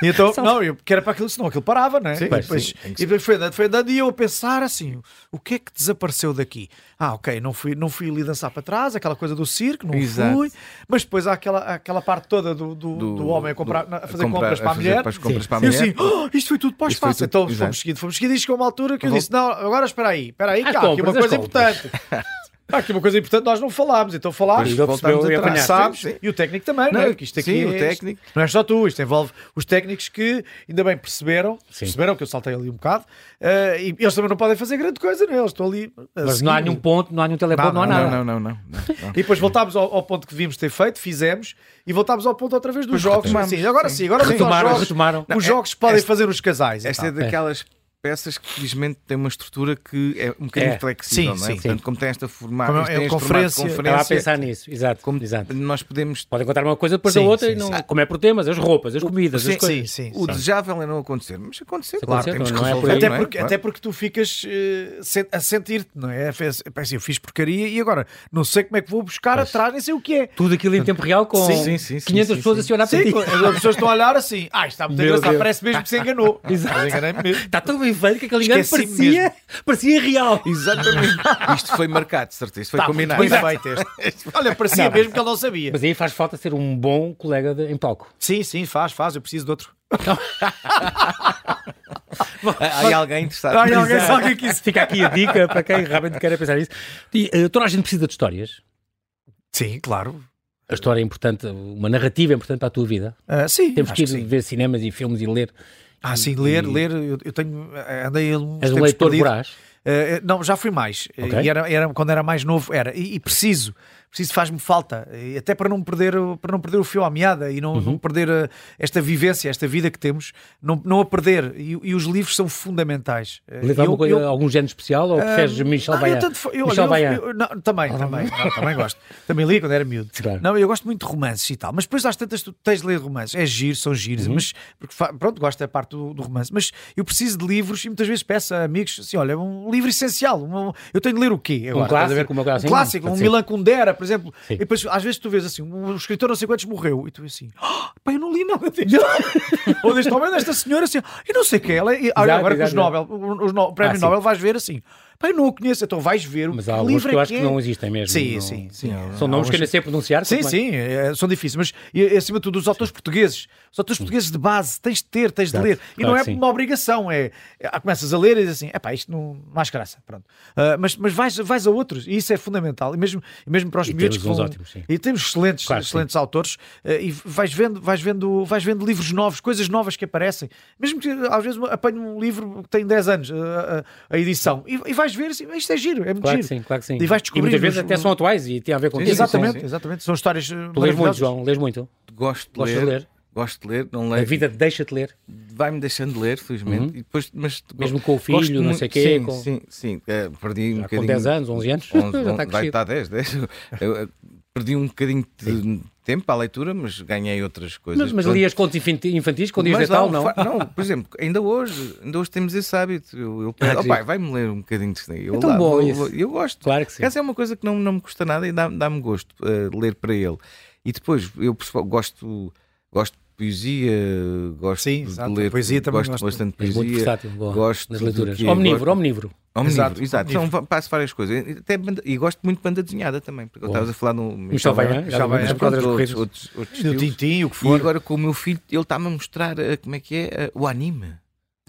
Speaker 3: E então, não, eu, porque era para aquilo, senão aquilo parava, não é? e
Speaker 1: pois,
Speaker 3: depois,
Speaker 2: sim, tem que
Speaker 3: e depois foi andando, foi andando e eu a pensar assim: o que é que desapareceu daqui? Ah, ok, não fui, não fui ali dançar para trás, aquela coisa do circo, não
Speaker 2: Exato.
Speaker 3: fui, mas depois há aquela, aquela parte toda do, do,
Speaker 2: Do-
Speaker 3: do homem a, comprar,
Speaker 2: do-
Speaker 3: a
Speaker 2: a
Speaker 3: fazer
Speaker 2: comprar-
Speaker 3: compras para a,
Speaker 2: a fazer
Speaker 3: mulher.
Speaker 2: para as compras
Speaker 3: Sim.
Speaker 2: para a
Speaker 3: eu
Speaker 2: mulher.
Speaker 3: assim, "Oh, isto foi tudo para o
Speaker 2: Isto foi
Speaker 3: espaço.
Speaker 2: tudo-
Speaker 3: Então
Speaker 2: exato. Tá
Speaker 3: fomos seguindo, fomos seguindo, e chegou uma altura que eu
Speaker 2: Vol-
Speaker 3: disse: não, agora espera aí, espera aí,
Speaker 1: As
Speaker 3: cá, há aqui uma
Speaker 1: compras, as
Speaker 3: coisa
Speaker 1: compras.
Speaker 3: importante. Há aqui uma coisa importante, nós não falámos, então falámos,
Speaker 2: Pois, voltámos
Speaker 3: voltámos
Speaker 1: a
Speaker 3: atrás,
Speaker 1: apanhar.
Speaker 3: sabes?
Speaker 2: Sim, sim.
Speaker 3: E o técnico também, não,
Speaker 2: Não,
Speaker 3: é? Porque isto aqui
Speaker 2: sim, o
Speaker 3: é-
Speaker 2: técnico.
Speaker 3: não és só tu, isto envolve os técnicos que ainda bem perceberam,
Speaker 1: Sim.
Speaker 3: perceberam que eu saltei ali um bocado, eh, e eles também não podem fazer grande coisa, não é? Eles estão ali. a
Speaker 1: Mas
Speaker 3: seguir.
Speaker 1: não há nenhum ponto, não há nenhum telefone, não há nada.
Speaker 2: não, não, não, não, não.
Speaker 3: E depois voltámos ao, ao ponto que devíamos ter feito, fizemos, e voltámos ao ponto outra vez dos jogos.
Speaker 2: retomamos,
Speaker 3: Assim, agora sim, agora vamos aos
Speaker 1: Retomaram,
Speaker 3: jogos.
Speaker 1: retomaram.
Speaker 3: Os jogos que podem
Speaker 2: esta-
Speaker 1: Tá,
Speaker 3: fazer os casais. e
Speaker 2: Esta é
Speaker 3: tal.
Speaker 2: daquelas peças que felizmente têm uma estrutura que é um bocadinho
Speaker 1: É.
Speaker 2: flexível,
Speaker 3: Sim,
Speaker 2: não é?
Speaker 3: sim.
Speaker 2: Portanto, como tem esta formato,
Speaker 3: Como é-
Speaker 2: tem
Speaker 3: é
Speaker 2: este
Speaker 3: conferência-
Speaker 2: formato de
Speaker 1: Estava a
Speaker 2: conferência,
Speaker 1: pensar nisso, exato.
Speaker 2: como
Speaker 1: exato.
Speaker 2: nós podemos
Speaker 1: Podem contar uma coisa depois
Speaker 3: Sim,
Speaker 1: da outra,
Speaker 3: sim,
Speaker 1: e não...
Speaker 3: sim.
Speaker 1: como é por temas, as roupas, as comidas,
Speaker 3: Sim,
Speaker 1: as coisas.
Speaker 3: sim, sim.
Speaker 2: O desejável é não acontecer, mas acontecer,
Speaker 1: Se
Speaker 2: claro,
Speaker 1: acontecer,
Speaker 2: temos que
Speaker 1: não é por
Speaker 2: resolver.
Speaker 1: aí.
Speaker 3: Até
Speaker 2: não é?
Speaker 3: porque,
Speaker 2: Claro.
Speaker 3: até porque tu ficas eh, sen- a sentir-te, não é? Fez- pá, assim, eu fiz porcaria e agora não sei como é que vou buscar atrás, nem sei o que é.
Speaker 1: Tudo aquilo em tempo real com
Speaker 2: Sim, sim, sim,
Speaker 1: 500
Speaker 2: sim,
Speaker 1: pessoas
Speaker 2: sim.
Speaker 1: a se olhar para
Speaker 3: Sim,
Speaker 1: ti.
Speaker 3: as pessoas estão a olhar assim. Ah, isto está muito
Speaker 1: Meu
Speaker 3: engraçado,
Speaker 1: Deus.
Speaker 3: parece mesmo que se enganou.
Speaker 1: Exato.
Speaker 3: Mas enganei-me mesmo.
Speaker 1: Está tão bem feito que aquele engano
Speaker 3: Esqueci-me
Speaker 1: parecia, parecia real.
Speaker 2: Exatamente. Isto foi marcado, de certeza. Isto foi
Speaker 1: Tá,
Speaker 3: Está muito
Speaker 2: combinado.
Speaker 3: é.
Speaker 1: é.
Speaker 3: bem feito este. Olha, parecia mesmo que ele não sabia.
Speaker 1: Mas aí faz falta ser um bom colega de- em palco.
Speaker 3: Sim, sim, faz, faz. Eu preciso de outro.
Speaker 2: Há há alguém interessado.
Speaker 3: Há alguém
Speaker 1: Exato.
Speaker 3: só que quis.
Speaker 1: Fica aqui a dica para quem realmente quer pensar nisso. E, eh, toda a gente precisa de histórias.
Speaker 3: Sim, claro.
Speaker 1: A história é importante, uma narrativa é importante para a tua vida.
Speaker 3: Ah, sim,
Speaker 1: Temos
Speaker 3: acho
Speaker 1: que ir
Speaker 3: que sim.
Speaker 1: ver cinemas e filmes e ler.
Speaker 3: Ah, sim, ler, ler. Eu, eu tenho. Andei a uns
Speaker 1: És um
Speaker 3: tempos
Speaker 1: leitor
Speaker 3: perdido.
Speaker 1: voraz.
Speaker 3: Eh, eh, não, já fui mais. Eh,
Speaker 1: Ok.
Speaker 3: E era, era- quando era mais novo, era. E, e preciso, preciso faz-me falta. E até para não perder, o- para não perder o fio à meada e não,
Speaker 1: Uhum.
Speaker 3: não perder eh, esta vivência, esta vida que temos, não, não a perder. E, e os livros são fundamentais. Eh,
Speaker 1: Lês alguma coisa- algum género especial ou preferes Michel
Speaker 3: não, Ah, eu
Speaker 1: Vaillant?
Speaker 3: tanto fa- eu-
Speaker 1: Michel
Speaker 3: olha, eu-
Speaker 1: Vaillant.
Speaker 3: eu- não, também, também, não, também gosto. Também li quando era miúdo.
Speaker 1: Claro.
Speaker 3: Não, eu gosto muito de romances e tal, mas depois às tantas tu tens de ler romances. É giro, são giros,
Speaker 1: Uhum.
Speaker 3: mas porque fa- pronto, gosto da parte do, do romance. Mas eu preciso de livros e muitas vezes peço a amigos assim: olha, um livro essencial. um- eu tenho de ler o quê? Agora, estás a ver?
Speaker 1: clássico, uma coisa assim?
Speaker 3: Um clássico,
Speaker 1: Pode
Speaker 3: um
Speaker 1: ser.
Speaker 3: Milan Kundera, por exemplo.
Speaker 1: Sim.
Speaker 3: E depois às vezes tu vês assim: um escritor não sei quantos morreu, e tu vês assim: "Ah, pá, eu não li nada deste. Ou deste homem, desta senhora, assim, "Ah, eu não sei quem ela é. E, olha,
Speaker 1: Exato,
Speaker 3: agora com os
Speaker 1: exato, exato.
Speaker 3: Nobel, os no- o prémio
Speaker 1: Ah, sim.
Speaker 3: Nobel vais ver assim. Pá, eu não o conheço, então vais ver o
Speaker 1: Mas
Speaker 3: que
Speaker 1: há alguns
Speaker 3: livro
Speaker 1: que eu
Speaker 3: é
Speaker 1: acho que
Speaker 3: é.
Speaker 1: não existem mesmo.
Speaker 3: Sim,
Speaker 1: não-
Speaker 3: sim, sim.
Speaker 1: São nomes que eu nem sei pronunciar.
Speaker 3: Sim,
Speaker 1: tudo bem.
Speaker 3: sim, é, são difíceis, mas e, acima de tudo, os autores portugueses, os autores portugueses de base, tens de ter, tens de
Speaker 1: Exato,
Speaker 3: ler. E
Speaker 1: claro
Speaker 3: não é
Speaker 1: que sim.
Speaker 3: uma obrigação, é, é começas a ler e dizes assim, é pá, isto não, não acho graça, pronto. Ah, mas mas vais, vais a outros, e isso é fundamental, e mesmo, e mesmo para os
Speaker 1: E
Speaker 3: miúdos
Speaker 1: temos
Speaker 3: que
Speaker 1: uns
Speaker 3: vão-
Speaker 1: ótimos, sim.
Speaker 3: E temos excelentes,
Speaker 1: Claro que
Speaker 3: excelentes autores, eh, e vais vendo, vais, vendo, vais vendo livros novos, coisas novas que aparecem. Mesmo que às vezes apanho um livro que tem 10 anos, a, a- a edição, e, e vais ver assim, isto é giro, é muito
Speaker 1: Claro que
Speaker 3: giro.
Speaker 1: sim, claro que sim.
Speaker 3: E vais
Speaker 1: E
Speaker 3: descobrir.
Speaker 1: muitas vezes
Speaker 3: os-
Speaker 1: até são atuais e tem a ver com
Speaker 2: Sim,
Speaker 1: isso.
Speaker 2: sim, sim,
Speaker 3: Exatamente,
Speaker 2: sim.
Speaker 3: exatamente. São histórias eh,
Speaker 1: Tu lês muito,
Speaker 3: maravilhosas.
Speaker 1: João, lês muito.
Speaker 2: Gosto de
Speaker 1: Gostas
Speaker 2: ler,
Speaker 1: de ler? É
Speaker 2: Gosto de ler, não
Speaker 1: A
Speaker 2: leio.
Speaker 1: vida deixa-te ler.
Speaker 2: Vai-me deixando de ler, felizmente. E depois, mas,
Speaker 1: Uhum. Mesmo com o
Speaker 2: gosto
Speaker 1: filho, não
Speaker 2: muito-
Speaker 1: sei quê,
Speaker 2: Sim,
Speaker 1: com-
Speaker 2: sim, sim. Eh, perdi um
Speaker 1: Já com
Speaker 2: bocadinho.
Speaker 1: 10 anos, 11 anos,
Speaker 2: onze,
Speaker 1: já
Speaker 2: onze-
Speaker 1: está
Speaker 2: vai
Speaker 1: crescido.
Speaker 2: estar 10, 10. Eu, eh, perdi um bocadinho de tempo à leitura, mas ganhei outras
Speaker 3: é,
Speaker 2: coisas.
Speaker 1: Mas, mas
Speaker 2: Pronto.
Speaker 1: lias contos infanti- infantis com dias de
Speaker 2: Mas
Speaker 1: Natal, não?
Speaker 2: fa- por exemplo, ainda hoje, ainda hoje temos esse hábito. Eu, eu
Speaker 1: Ah,
Speaker 2: peço,
Speaker 1: que
Speaker 2: "Oh, pai,
Speaker 1: giro.
Speaker 2: vai-me ler um bocadinho de Disney. Eu
Speaker 1: É tão
Speaker 2: lá
Speaker 1: bom
Speaker 2: vou-
Speaker 1: isso.
Speaker 2: vou- Eu gosto.
Speaker 1: Claro que sim.
Speaker 2: Essa é uma coisa que não, não me custa nada e dá- dá-me gosto eh, de ler para ele. E depois, eu perso- gosto, gosto de poesia, gosto
Speaker 3: Sim,
Speaker 2: de
Speaker 3: exato.
Speaker 2: ler.
Speaker 3: Poesia também
Speaker 2: gosto,
Speaker 3: gosto.
Speaker 2: bastante de
Speaker 1: És
Speaker 2: poesia.
Speaker 3: é,
Speaker 1: muito versátil, boa,
Speaker 2: gosto
Speaker 1: nas
Speaker 2: de
Speaker 1: leituras.
Speaker 2: quê?
Speaker 1: Omnívoro,
Speaker 2: Gosto-
Speaker 1: omnívoro.
Speaker 2: Omnívoro,
Speaker 3: Exato,
Speaker 2: exato.
Speaker 3: omnívoro.
Speaker 2: Então, passo várias coisas. E Até banda- e gosto muito de banda desenhada também, porque eu
Speaker 1: Boa.
Speaker 2: estava a falar no
Speaker 1: Michel Vaillant, já
Speaker 3: Michel
Speaker 1: vai é
Speaker 3: Vaillant,
Speaker 1: nas
Speaker 2: mas
Speaker 1: quadras
Speaker 2: pronto, outros,
Speaker 1: corridas.
Speaker 2: outros, outros
Speaker 3: Do
Speaker 2: estilos.
Speaker 3: Tintim, o que
Speaker 2: E
Speaker 3: for.
Speaker 2: agora com o meu filho, ele está-me a mostrar eh, como é que é eh, o anime.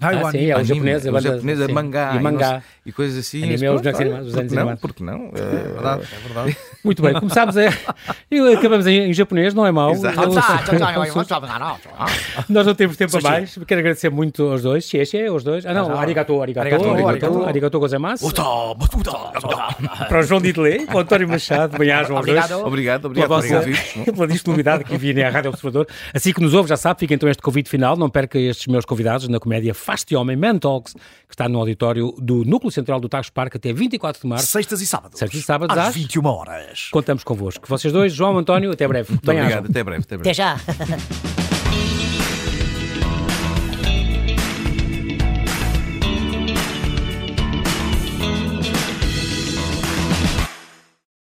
Speaker 3: Ai, o é
Speaker 1: Ah, sim,
Speaker 3: anime.
Speaker 1: é o
Speaker 2: Anime,
Speaker 1: japonês, a
Speaker 2: o
Speaker 1: banda...
Speaker 2: japonês, a
Speaker 1: sim.
Speaker 2: mangá,
Speaker 1: E
Speaker 2: e
Speaker 1: mangá.
Speaker 2: não e coisas assim.
Speaker 1: Anime
Speaker 2: Mas
Speaker 1: é os desenhos
Speaker 2: pronto, olha,
Speaker 1: animados, os
Speaker 2: porque
Speaker 1: desenhos
Speaker 2: não,
Speaker 1: animados.
Speaker 2: Porque não? É verdade.
Speaker 3: É verdade.
Speaker 1: Muito bem, começámos a... e acabamos em, em japonês, não é mau.
Speaker 2: Exato.
Speaker 1: Eu-
Speaker 4: Ah, então tá, Não
Speaker 1: Nós não temos tempo a mais. Quero agradecer muito aos dois. Xie, xie, aos dois. Ah, não, arigatou, arigatou,
Speaker 3: Arigatou,
Speaker 1: arigatou, arigatou,
Speaker 3: arigatou.
Speaker 1: gozaimasu. Para o João Ditlê, para o António Machado, bem-ajam aos dois.
Speaker 4: Obrigado.
Speaker 2: Obrigado,
Speaker 1: Pela
Speaker 2: obrigado por
Speaker 1: vossa
Speaker 2: convite.
Speaker 1: pela disponibilidade que vi na Rádio Observador. Assim que nos ouve, já sabe, fica então este convite final. Não perca estes meus convidados na comédia Faste Homem Man Talks, que está no auditório do Núcleo Central do Tagus Parque até 24 de março.
Speaker 3: Sextas e sábados.
Speaker 1: Sextas e sábados,
Speaker 3: às
Speaker 1: é às-
Speaker 3: 21 horas.
Speaker 1: Contamos convosco. Vocês dois, João António, até breve.
Speaker 2: Muito
Speaker 1: Bem-ajam.
Speaker 2: obrigado, até breve. Até breve.
Speaker 4: Até já.